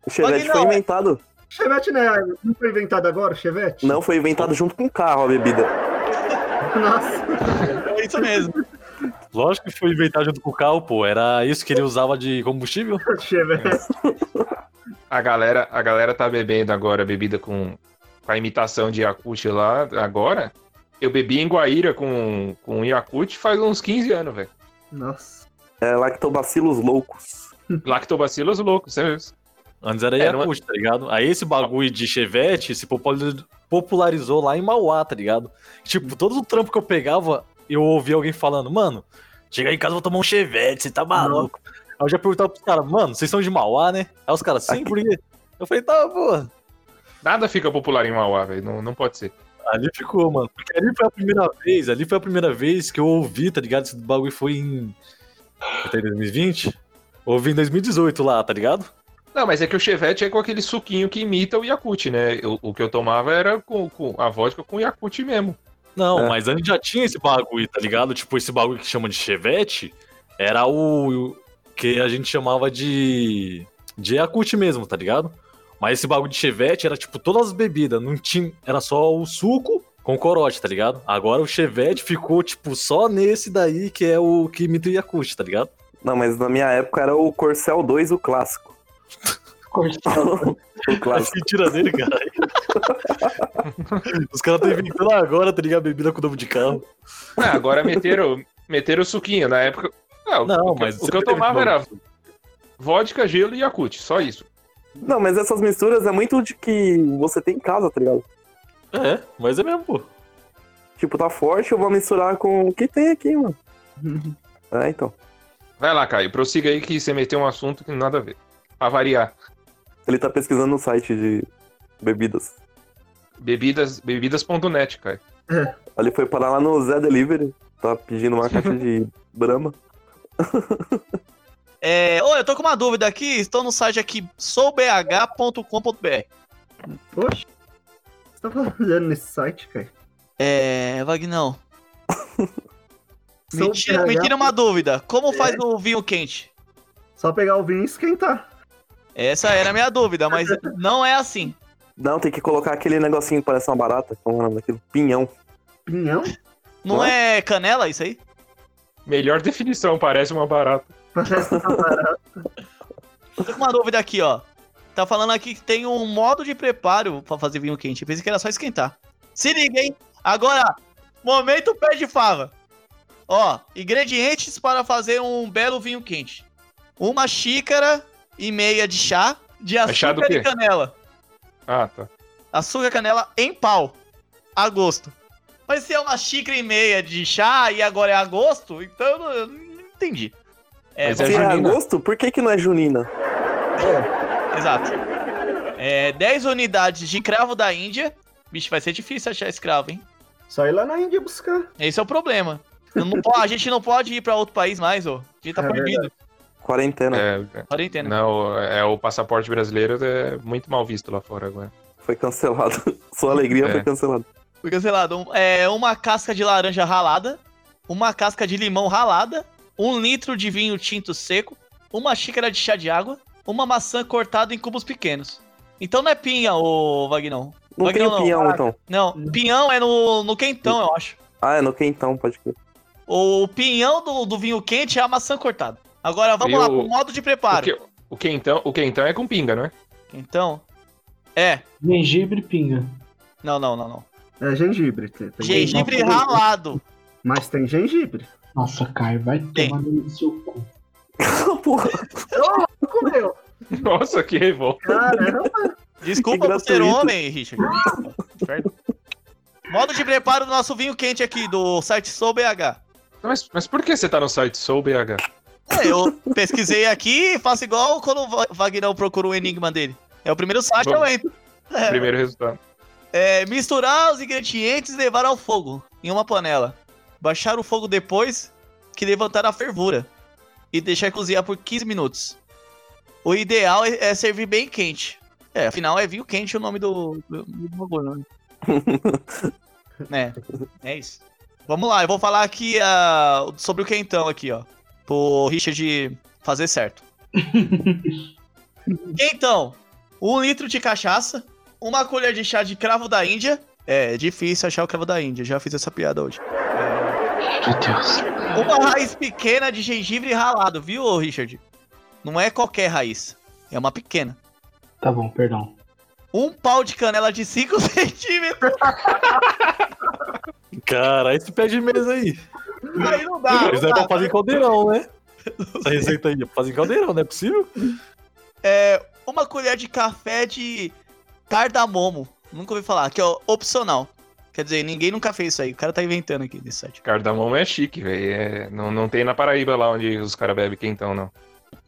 S4: O Chevette
S3: Mas
S4: foi
S3: não, é.
S4: inventado.
S2: Chevette, né? Não foi inventado agora o Chevette?
S4: Não, foi inventado junto com o carro a bebida.
S2: Nossa.
S3: É isso mesmo.
S5: Lógico que foi inventado junto com o carro, pô. Era isso que ele usava de combustível?
S2: Chevette.
S1: A galera, a galera tá bebendo agora bebida com, com a imitação de Yakut lá agora. Eu bebi em Guaíra com, com Yakut faz uns 15 anos,
S5: (laughs)
S1: velho.
S2: Nossa.
S4: É lactobacilos loucos.
S1: Lactobacilos loucos, você
S5: Antes era
S1: É, não-
S5: Yakut, tá ligado? Aí esse bagulho de chevette se popul- popularizou lá em Mauá, tá ligado? Tipo, todo o trampo que eu pegava, eu ouvia alguém falando, mano, chega aí em casa, eu vou tomar um chevette, você tá maluco? Aí eu já perguntava pros caras, mano, vocês são de Mauá, né? Aí os caras, sim, por quê? Eu falei, tá, pô.
S1: Nada fica popular em Mauá, velho. Não, não pode ser.
S5: Ali ficou, mano. Porque ali foi a primeira vez, ali foi a primeira vez que eu ouvi, tá ligado? Esse bagulho foi em. Até em 2020? Ouvi em 2018 lá, tá ligado?
S1: Não, mas é que o Chevette é com aquele suquinho que imita o Yakut, né? Eu- o que eu tomava era com, com a vodka com Yakut mesmo.
S5: Não,
S4: É.
S5: mas antes já tinha esse bagulho, tá ligado? Tipo, esse bagulho que chama de chevette era o o que a gente chamava de. de Yakut mesmo, tá ligado? Mas esse bagulho de chevette era tipo todas as bebidas, não tinha. Era só o suco com corote, tá ligado? Agora o chevette ficou, tipo, só nesse daí que é o que imita o Yakut, tá ligado?
S4: Não, mas na minha época era o Corcel 2, o clássico. (laughs)
S6: Corcel.
S4: o
S1: É
S5: As
S4: clássico.
S5: mentiras dele, cara. (laughs) Os caras estão inventando agora, tá ligado? Bebida com o nome de carro.
S1: Ah,
S5: (laughs)
S1: agora meteram, meteram o suquinho. Na época. Ah, o-
S5: Não,
S1: o que,
S5: mas.
S1: O que eu tomava era vodka, gelo e Yakut, só isso.
S4: Não, mas essas misturas é muito de que você tem em casa, tá ligado?
S5: É, mas é mesmo, pô.
S4: Tipo, tá forte, eu vou misturar com o que tem
S3: (laughs)
S4: aqui, mano. É, então.
S1: Vai lá, Caio, prossiga aí que você meteu um assunto que nada a ver. Pra variar.
S4: Ele tá pesquisando no site de bebidas.
S1: Bebidas, bebidas.net, Caio.
S4: Ali foi parar lá no Zé Delivery. Tá pedindo uma caixa
S1: (laughs)
S4: de Brahma.
S3: É, ô, eu tô com uma dúvida aqui, estou no site aqui soubh.com.br.
S2: Poxa. Você tá olhando nesse site, Caio?
S3: É, Vagnão, me
S2: Sou
S3: tira,
S2: PH.
S3: me tira uma dúvida. Como
S2: É.
S3: faz o vinho quente?
S2: Só pegar o vinho e esquentar.
S3: Essa era a minha
S2: (laughs)
S3: dúvida, mas não é assim.
S4: Não, tem que colocar aquele negocinho que parece uma barata. Como é o nome daquilo? Pinhão.
S2: Pinhão?
S3: Não
S4: Hã?
S3: é canela isso aí?
S1: Melhor (laughs) definição, parece uma barata.
S2: Parece uma barata.
S3: Tô com uma dúvida aqui, ó. Tá falando aqui que tem um modo de preparo pra fazer vinho quente. Eu pensei que era só esquentar. Se liga, hein? Agora, momento pé de fava. Ó, ingredientes para fazer um belo vinho quente. Uma xícara e meia de chá de
S1: Mas É chá do
S3: açúcar e
S1: quê?
S3: canela.
S1: Ah, tá.
S3: Açúcar e canela em pau. A gosto. Mas se é uma xícara e meia de chá e agora é a gosto, então eu não, eu não entendi. É,
S1: Mas
S4: Se é
S1: junina.
S4: agosto, por que que não é junina?
S3: Exato. É, 10 unidades de cravo da Índia. Bicho, vai ser difícil achar escravo, hein?
S2: Só ir lá na Índia buscar.
S3: Esse é o problema. Eu não po- a gente não pode ir pra outro país mais, ô. A gente tá
S2: É
S3: proibido. Tá
S4: Quarentena.
S1: É,
S3: Quarentena.
S1: não, é o passaporte brasileiro é muito mal visto lá fora agora.
S4: Foi cancelado. (laughs) Sua alegria
S1: É.
S4: foi cancelada.
S3: Foi cancelado. Um- é, uma casca de laranja ralada, uma casca de limão ralada, um litro de vinho tinto seco, uma xícara de chá de água, uma maçã cortada em cubos pequenos. Então não é pinha, ô Vagnão.
S4: Não
S3: Vagnão,
S4: tem o pinhão,
S3: caraca.
S4: então.
S3: Não, pinhão é no, no quentão, eu acho.
S4: Ah, é no quentão, pode crer.
S3: O pinhão do, do vinho quente é a maçã cortada. Agora vamos
S1: E
S3: lá
S1: o-
S3: pro modo de
S1: O,
S3: preparo.
S1: que, o, quentão, o quentão é com pinga, não é?
S3: Então. É.
S6: Gengibre e pinga.
S3: Não, não, não, não.
S2: É gengibre. Tem, tem
S3: Gengibre
S2: gengibre.
S3: ralado.
S2: Mas tem gengibre.
S6: Nossa, Caio, vai
S3: Tem.
S6: tomar no seu cu.
S4: Porra,
S2: Comeu.
S1: (laughs) Nossa, que revolta.
S2: Caramba.
S3: Desculpa
S4: Que
S3: por ser
S4: gratuito.
S3: homem, Richard. (laughs) Inferno. Modo de preparo do nosso vinho quente aqui, do site Sou BH.
S1: Mas, mas por que você tá no site Soul BH?
S3: É, eu pesquisei aqui e faço igual quando o Va- Vagnão procura o enigma dele. É o primeiro site que eu
S1: Vamos.
S3: entro. É,
S1: Primeiro resultado.
S3: É, misturar os ingredientes e levar ao fogo, em uma panela. Baixar o fogo depois que levantar a fervura. E deixar cozinhar por 15 minutos. O ideal é, é servir bem quente. É, afinal é vinho quente o nome do, do, do bagulho, né? é, é isso. Vamos lá, eu vou falar aqui ah, sobre o quentão aqui, ó. Pro Richard fazer certo. quentão, um litro de cachaça, uma colher de chá de cravo da Índia. É, é difícil achar o cravo da Índia, já fiz essa piada hoje.
S6: Meu Deus.
S3: Uma raiz pequena de gengibre ralado, viu, ô Richard? Não é qualquer raiz, é uma pequena.
S6: Tá bom, perdão.
S3: Um pau de canela de 5 (laughs) centímetros,
S5: Cara, esse pé de mesa aí.
S3: aí não dá.
S5: Isso
S3: não
S5: é
S3: dá.
S5: pra fazer em caldeirão, né? Essa receita aí é pra fazer em caldeirão, não é possível?
S3: É, uma colher de café de cardamomo, nunca ouvi falar, que é opcional. Quer dizer, ninguém nunca fez isso aí, o cara tá inventando aqui nesse site.
S1: Cardamomo é chique, velho. É, não, não tem na Paraíba lá onde os caras bebem quentão, não.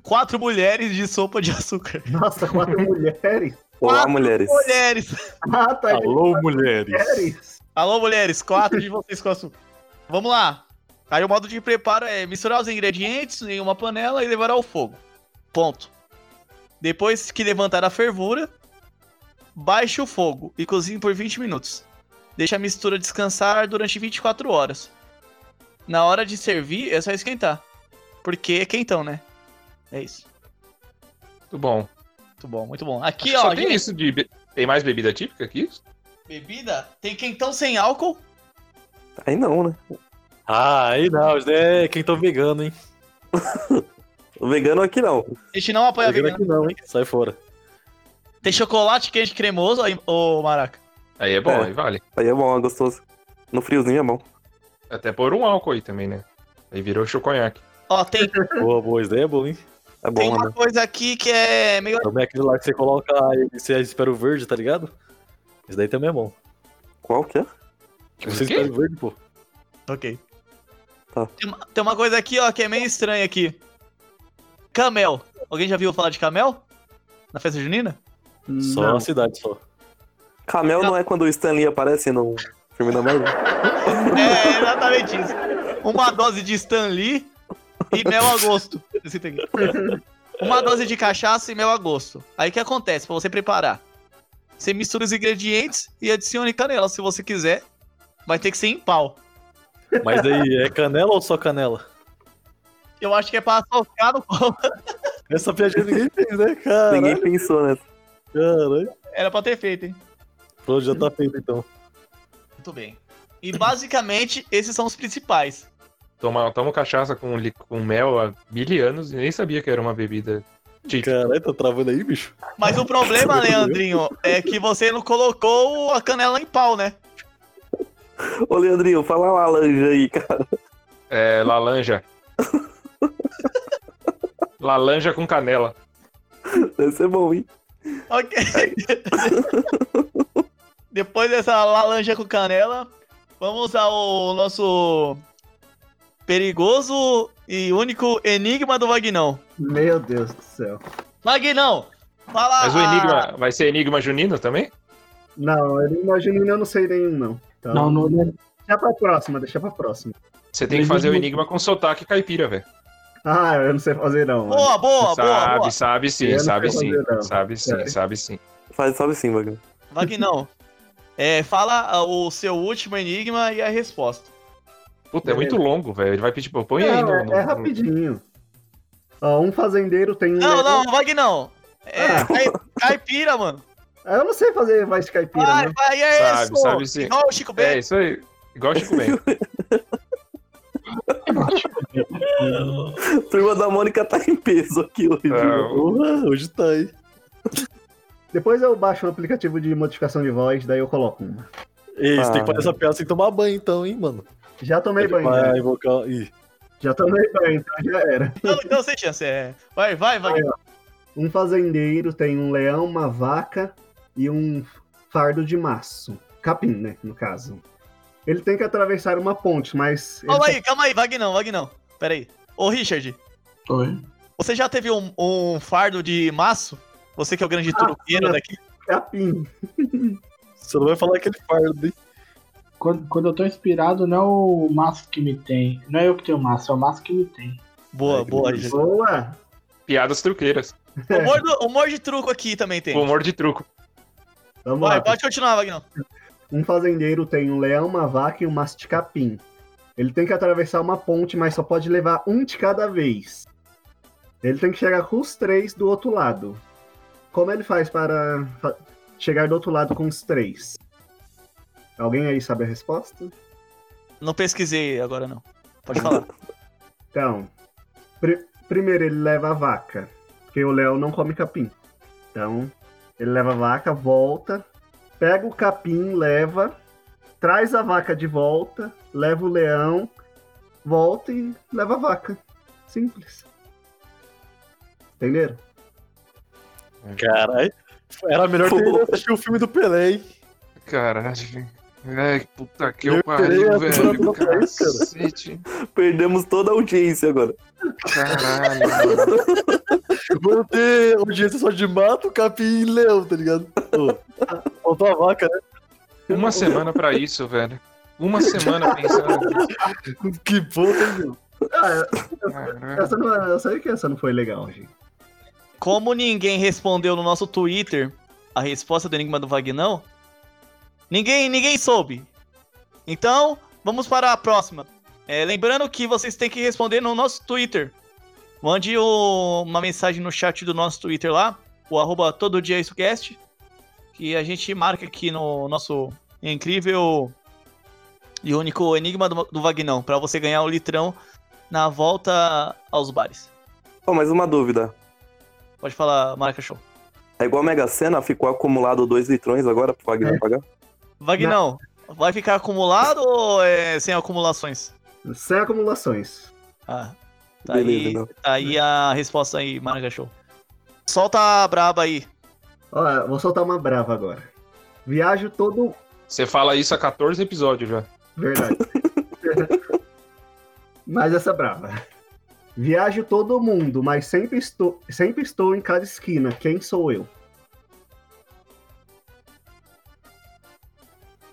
S3: Quatro mulheres de sopa de açúcar.
S2: Nossa,
S6: (laughs)
S2: quatro mulheres.
S4: olá,
S3: Quatro
S4: mulheres.
S3: Mulheres!
S2: Ah, tá.
S5: Alô, mulheres.
S2: Mulheres.
S3: Alô, mulheres, quatro de vocês com açúcar. Vamos lá. Aí o modo de preparo é misturar os ingredientes em uma panela e levar ao fogo. Ponto. Depois que levantar a fervura, baixe o fogo e cozinhe por 20 minutos. Deixe a mistura descansar durante 24 horas. Na hora de servir, é só esquentar. Porque é quentão, né? É isso.
S1: Muito bom.
S3: Muito bom, muito bom. Aqui,
S1: Só
S3: ó,
S1: tem
S3: gente,
S1: isso de. be- Tem mais bebida típica que isso?
S3: bebida tem quentão sem álcool.
S4: Aí não, né?
S5: Ah, aí não, isso é quem tá vegano, hein?
S4: O vegano aqui não.
S3: A gente não apoia
S5: Vegano
S3: vegano.
S5: aqui não, hein? Sai fora.
S3: Tem chocolate quente cremoso, aí, ô Maraca.
S1: Aí é bom,
S4: É.
S1: aí vale.
S4: Aí é bom, é gostoso. No friozinho é bom.
S1: Até pôr um álcool aí também, né? Aí virou choconhaque.
S3: Ó, tem,
S5: Boa, boa, isso daí é bom, hein?
S4: É
S3: tem
S4: bom, né?
S3: uma coisa aqui que é meio.
S5: Também aquele lá que você coloca e você espera o verde, tá ligado? Isso daí também é bom.
S4: Qual que é?
S5: Que você
S1: O quê?
S5: espera o verde, pô.
S3: Ok.
S4: Tá.
S3: Tem, uma, tem uma coisa aqui, ó, que é meio estranha aqui. Camel. Alguém já viu falar de camel? Na festa junina?
S5: Só
S2: Não.
S5: na cidade, só.
S4: Camel não é quando o Stanley aparece no filme da (laughs) Marvel?
S3: É, exatamente isso. Uma dose de Stan Lee e mel a gosto. Esse tem aqui. Uma dose de cachaça e mel a gosto. Aí o que acontece pra você preparar? Você mistura os ingredientes e adicione canela se você quiser. Vai ter que ser em pau.
S5: Mas aí, é canela ou só canela?
S3: Eu acho que é pra associar no (laughs) copo.
S5: Essa piadinha ninguém fez, né, cara?
S4: Ninguém pensou né? nessa.
S5: Caralho.
S3: Era pra ter feito, hein?
S5: Pronto, já tá feito então.
S3: Muito bem. E basicamente, (laughs) esses são os principais.
S1: Toma, tomo cachaça com, li- com mel há mil anos e nem sabia que era uma bebida típica.
S5: Caralho, tá travando aí, bicho?
S3: Mas o problema, Leandrinho, é que você não colocou a canela em pau, né?
S4: Ô, Leandrinho, fala lá, laranja aí, cara.
S1: É,
S2: (laughs)
S1: lalanja. lalanja com canela.
S4: Deve ser bom, hein?
S3: Ok. (laughs) Depois dessa laranja com canela, vamos ao nosso perigoso e único enigma do Vagnão.
S2: Meu Deus do céu.
S3: Vagnão, fala...
S1: Mas o
S3: a-
S1: enigma vai ser enigma junino também?
S2: Não, eu não imagino, eu não sei nenhum, não. Então,
S6: Não, não, não.
S2: Deixa pra próxima, deixa pra próxima.
S1: Você tem que fazer o enigma com sotaque caipira, velho.
S2: Ah, eu não sei fazer, não. mano.
S3: Boa, boa, boa,
S1: Sabe,
S3: boa.
S1: sabe sim,
S2: Eu não
S1: sabe
S2: sei
S1: sim,
S2: fazer, não. É.
S1: sabe sim,
S2: Sério.
S1: sabe sim.
S4: Faz, sobe sim, (laughs) bagulho.
S3: Vagnão, é, fala ah, o seu último enigma e a resposta.
S1: Puta, é muito longo, velho. Ele vai pedir pra eu põe aí.
S2: Não,
S1: No,
S2: é,
S1: no-
S2: é rapidinho. Ó, um fazendeiro tem um.
S3: Não,
S2: leão- Ah.
S3: não, Vagnão. É, cai- caipira, mano.
S2: Eu não sei fazer voz de caipira,
S3: Vai,
S2: né?
S3: vai, é
S1: Sabe,
S3: isso!
S1: sabe sim.
S3: Igual o Chico
S1: É
S3: Bento.
S1: isso aí. Igual o Chico
S3: (laughs)
S1: Bento.
S4: Turma da Mônica tá em peso aqui hoje.
S1: Não.
S5: Porra, hoje tá aí.
S2: Depois eu baixo o aplicativo de modificação de voz, daí eu coloco uma.
S5: Ei, você
S4: Ah.
S5: tem que fazer essa piada sem tomar banho, então, hein, mano.
S2: Já tomei banho,
S5: Vai
S2: já.
S5: invocar. Ih.
S2: Já tomei banho, então já era.
S3: Não, então sem chance. É. Vai, vai, vai.
S2: Um fazendeiro tem um leão, uma vaca e um fardo de maço. Capim, né, no caso. Ele tem que atravessar uma ponte, mas... ele
S3: Calma
S2: só-
S3: aí, calma aí, Vagnão, Vagnão. Pera aí. Ô, Richard,
S6: Oi.
S3: você já teve um, um fardo de maço? Você que é o grande truqueiro
S2: né?
S3: daqui.
S2: Capim.
S5: Você não vai falar aquele fardo, hein?
S6: Quando, quando eu tô inspirado, não é o maço que me tem. Não é eu que tenho maço, é o maço que me tem.
S3: Boa,
S5: É, que
S3: boa,
S5: delícia.
S3: Richard.
S2: Boa!
S1: Piadas truqueiras.
S3: O humor, do- o humor de truco aqui também tem.
S1: Humor de truco.
S2: Vamos
S3: Vai,
S2: lá.
S3: pode continuar, Vagnão.
S2: Um fazendeiro tem um leão, uma vaca e um maço de capim. Ele tem que atravessar uma ponte, mas só pode levar um de cada vez. Ele tem que chegar com os três do outro lado. Como ele faz para fa- chegar do outro lado com os três? Alguém aí sabe a resposta?
S3: Não pesquisei agora, não. Pode falar.
S2: Então, pri- primeiro ele leva a vaca, porque o leão não come capim. Então, ele leva a vaca, volta, pega o capim, leva, traz a vaca de volta, leva o leão, volta e leva a vaca. Simples. Entenderam?
S5: Caralho. Era melhor ter assistido o filme do Pelé, hein?
S1: Caralho. Ai, puta que
S5: Eu
S1: eu
S5: terei a
S1: pariu, velho.
S5: cultura pra isso, cara.
S1: Cacete.
S4: Perdemos toda a audiência agora.
S1: Caralho, mano.
S5: Vou (laughs) ter audiência só de mato, capim e leão, tá ligado? Pô, Faltou a vaca, né?
S1: Uma semana pra isso, velho. Uma semana pensando. nisso.
S5: Que porra, hein, meu?
S2: Ah,
S1: Caralho.
S2: essa não, é, eu sei que essa não foi legal, gente.
S3: Como ninguém respondeu no nosso Twitter a resposta do Enigma do Vagnão, ninguém, ninguém soube. Então, vamos para a próxima. É, lembrando que vocês têm que responder no nosso Twitter. Mande o- uma mensagem no chat do nosso Twitter lá, o arroba todo dia isocast, que a gente marca aqui no nosso incrível e único Enigma do, do Vagnão, para você ganhar o litrão na volta aos bares.
S4: Ó, mais uma dúvida.
S3: Pode falar, marca show.
S4: É igual a Mega Sena, ficou acumulado 2 litrões agora pro
S5: É.
S4: Wagner pagar?
S3: Vagnão, vai ficar acumulado ou é sem acumulações?
S2: Sem acumulações.
S3: Ah, tá,
S4: Beleza,
S3: aí,
S4: não.
S3: tá aí a resposta aí, Marga Show. Solta a braba aí.
S2: Ó, vou soltar uma brava agora. Viajo todo.
S1: Você fala isso há 14 episódios já.
S2: Verdade. mas essa é brava. Viajo todo mundo, mas sempre estou, sempre estou em cada esquina. Quem sou eu?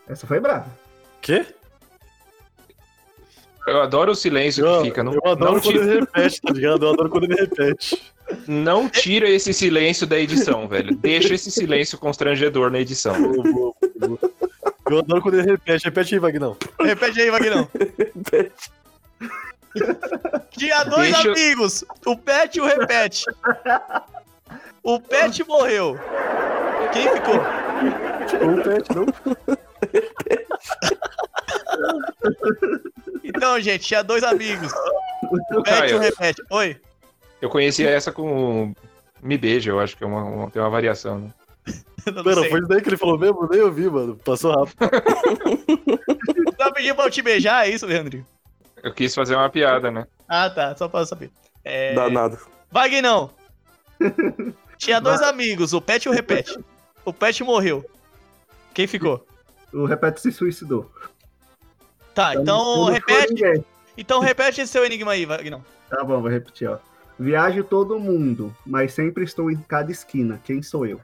S2: Essa foi brava.
S5: Quê?
S1: Eu adoro o silêncio
S5: Eu,
S1: que fica. Não,
S5: eu adoro
S1: não
S5: quando
S1: tira,
S5: ele repete, tá ligado? Eu adoro quando ele repete.
S1: não tira esse silêncio da edição, velho. Deixa esse silêncio constrangedor na edição.
S5: Eu, vou- eu vou- eu adoro quando ele repete. Repete aí, Vagnão.
S3: Repete aí, Vagnão. Tinha dois
S1: Deixa eu-
S3: amigos, o Pet e o Repete. O Pet morreu. Quem ficou?
S5: (laughs) Não repete, não.
S3: Então, gente, tinha dois amigos, o Pet e o
S1: Caio,
S3: Repete. Oi. (laughs)
S1: eu conheci essa com. Me beija, eu acho que é uma, uma- tem uma variação, né?
S3: Eu não
S5: Mano,
S3: sei.
S5: foi isso daí que ele falou mesmo? Nem ouvi, mano. Passou rápido.
S3: Tá pedindo pra eu te beijar, é isso, Leandro?
S1: Eu quis fazer uma piada, né?
S3: Ah, tá, só pra saber. É...
S4: Danado.
S3: Vague não. Tinha dois amigos, o Pet e o Repete. O Pet morreu. Quem ficou?
S2: O repete se suicidou.
S3: Tá, então
S2: não foi
S3: repete.
S2: ninguém.
S3: Então repete esse seu enigma aí, Vagnão.
S2: Tá bom, vou repetir, ó. Viajo todo mundo, mas sempre estou em cada esquina. Quem sou eu?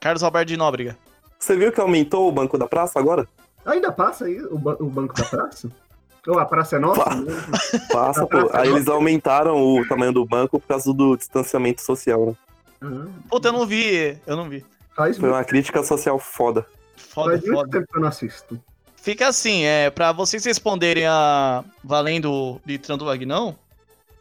S3: Carlos Alberto de Nóbrega.
S4: Você viu que aumentou o banco da praça agora?
S2: Ainda passa aí o, ba- o banco da praça? Ou a praça é
S4: Pa-
S2: nossa? mesmo?
S4: Passa, pô. Aí eles aumentaram o tamanho do banco por causa do distanciamento social, né?
S2: Ah,
S3: Puta, eu não vi. Eu não vi.
S2: faz
S4: Foi
S2: muito,
S4: uma crítica social foda.
S3: Foda,
S2: faz muito
S3: foda.
S2: tempo que eu não assisto.
S3: Fica assim, é, pra vocês responderem a valendo de do Vagnão,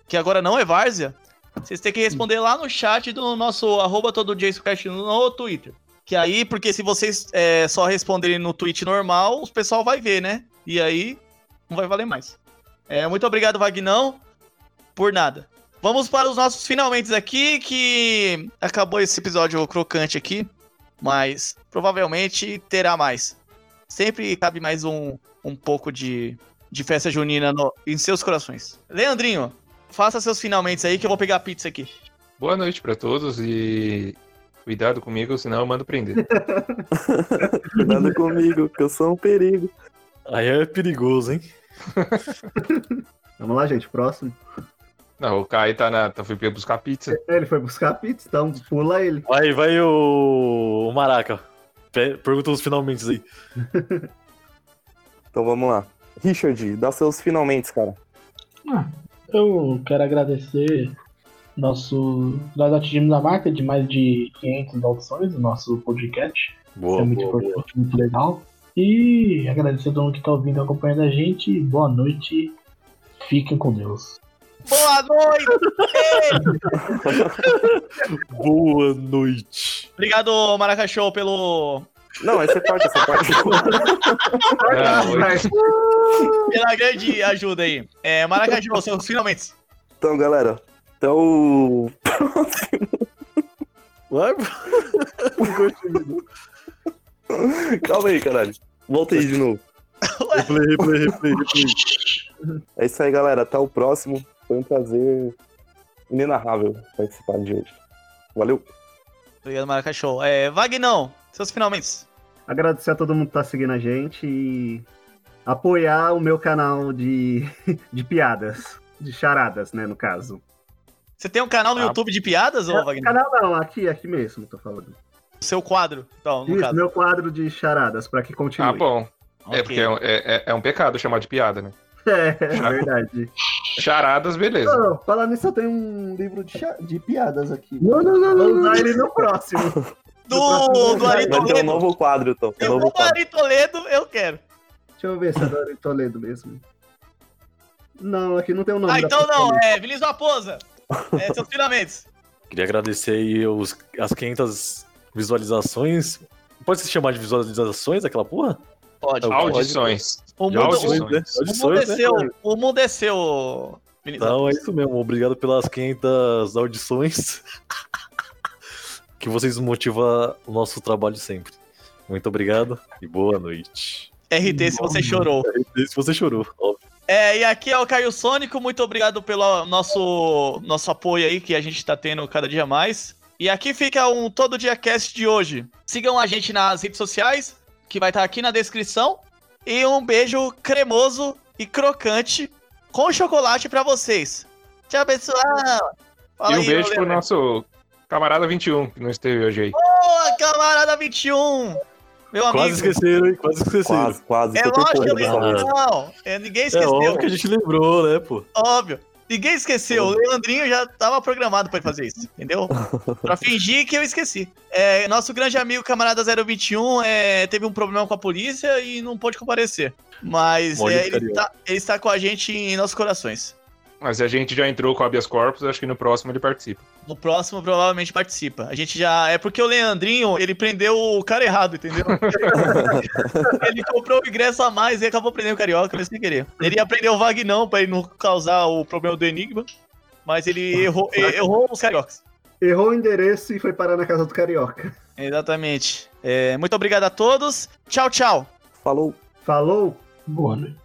S3: que agora não é várzea, vocês têm que responder lá no chat do nosso arroba todo dia Isocast no Twitter. Que aí, porque se vocês é, só responderem no tweet normal, o pessoal vai ver, né? E aí, não vai valer mais. É, muito obrigado, Vagnão, por nada. Vamos para os nossos finalmente aqui, que acabou esse episódio crocante aqui, mas provavelmente terá mais. Sempre cabe mais um, um pouco de, de festa junina no- em seus corações. Leandrinho, faça seus finalmente aí que eu vou pegar a pizza aqui.
S1: Boa noite pra todos e cuidado comigo, senão eu mando prender. (laughs)
S5: (laughs)
S4: Cuidado comigo, que eu sou um perigo.
S5: Aí é perigoso, hein?
S2: Vamos lá, gente, próximo.
S1: Não, o Kai tá na. Tá, foi buscar pizza.
S2: É, Ele foi buscar a pizza, então pula ele.
S5: Vai, vai o, o Maraca. Pe- Pergunta os finalmente aí.
S4: Então vamos lá. Richard, dá seus finalmente, cara.
S6: Ah, eu quero agradecer nosso, nós atingimos a marca de mais de 500 audições do nosso podcast.
S5: Boa,
S6: é muito importante, muito legal. E agradecer a todo mundo que está ouvindo, acompanhando a gente. Boa noite. Fiquem com Deus.
S3: Boa noite!
S5: (laughs) Boa noite.
S3: Obrigado, Maracachou, pelo
S4: Não, é essa parte, essa parte.
S1: Ah, oi.
S3: pela grande ajuda aí. É, Maracachou, seus finalmente.
S4: Então, galera. Então, o
S5: Vai,
S4: (laughs) Calma aí, caralho. Volta aí de novo.
S5: replay, replay, replay, replay.
S4: É isso aí, galera. Até o próximo. Foi um prazer inenarrável participar de hoje. Valeu.
S3: Obrigado, Maracachou. É, Vagnão, seus finalmente.
S2: Agradecer a todo mundo que tá seguindo a gente e apoiar o meu canal de, (laughs) de piadas. De charadas, né, no caso.
S3: Você tem um canal no
S2: Ah.
S3: YouTube de piadas, ou Vagnão?
S2: Canal não, aqui, aqui mesmo, tô falando.
S3: Seu quadro, então, no
S2: Isso,
S3: caso.
S2: meu quadro de charadas, pra que continue.
S1: Ah, bom. É
S3: Ok.
S1: porque é, um- é- é- é um pecado chamar de piada, né?
S2: (laughs) É, é verdade.
S1: Charadas, beleza.
S7: Não, falar nisso, eu tenho um livro de, cha- de piadas aqui.
S6: Não, não, não,
S2: Vou usar ele no próximo.
S3: Do, do Ari
S4: Vai ter um
S3: Toledo.
S4: novo quadro, então. Um
S3: Eu
S4: novo
S3: vou
S4: quadro.
S3: Ari Toledo, eu quero.
S2: Deixa eu ver se é Dori Toledo mesmo. Não, aqui não tem o nome.
S3: Ah,
S2: da
S3: então
S2: pessoa.
S3: não, é Vinícius
S1: (laughs)
S3: Raposa. É, seus finalmente.
S5: Queria agradecer aí os, as 500 visualizações. Pode se chamar de visualizações aquela porra?
S4: Ah,
S3: Pode.
S5: Não,
S1: Audições.
S3: O
S1: De
S3: mundo,
S1: audições, né?
S3: o, o mundo
S5: Audições, né?
S3: desceu,
S1: é
S3: o mundo desceu, Vinícius.
S5: Então é isso mesmo. Obrigado pelas 500 audições. (laughs) que vocês motivam o nosso trabalho sempre. Muito obrigado e boa noite.
S3: RT, se você chorou.
S5: E se você chorou, óbvio.
S3: É, e aqui é o Caio Sônico, muito obrigado pelo nosso, nosso apoio aí que a gente tá tendo cada dia mais. E aqui fica um Todo Dia Cast de hoje. Sigam a gente nas redes sociais, que vai estar aqui na descrição. E um beijo cremoso e crocante com chocolate pra vocês. Tchau, pessoal!
S1: e
S3: Fala
S1: um
S3: aí,
S1: beijo
S3: meu
S1: pro
S3: Leandro.
S1: nosso camarada 21, que não esteve hoje aí.
S3: Boa, camarada 21! Meu amigo.
S5: Quase esqueceram, hein? Quase esqueceram.
S4: Quase, quase.
S3: É
S4: tô né?
S3: lógico,
S4: tentando,
S5: Leandro.
S4: pessoal.
S3: Leandro. Não, é, ninguém
S5: É
S3: esqueceu.
S5: óbvio que a gente lembrou, né, pô?
S3: Óbvio. Ninguém esqueceu. O Leandrinho já tava programado pra ele fazer isso, entendeu? pra fingir que eu esqueci. É, nosso grande amigo, camarada 021, é, teve um problema com a polícia e não pôde comparecer. Mas
S5: Molho
S3: é,
S5: de
S3: ele, tá, ele está com a gente em nossos corações.
S1: Mas a gente já entrou com o habeas corpus, acho que no próximo ele participa.
S3: No próximo, provavelmente participa. A gente já. É porque o Leandrinho, ele prendeu o cara errado, entendeu? ele comprou o ingresso a mais e acabou prendendo o Carioca, mas sem querer. Ele ia prender o Vagnão pra ele não causar o problema do Enigma, mas ele errou, e- errou os Cariocas.
S2: Errou o endereço e foi parar na casa do Carioca.
S3: Exatamente. É, muito obrigado a todos. Tchau, tchau.
S4: Falou.
S2: Falou?
S6: Boa noite.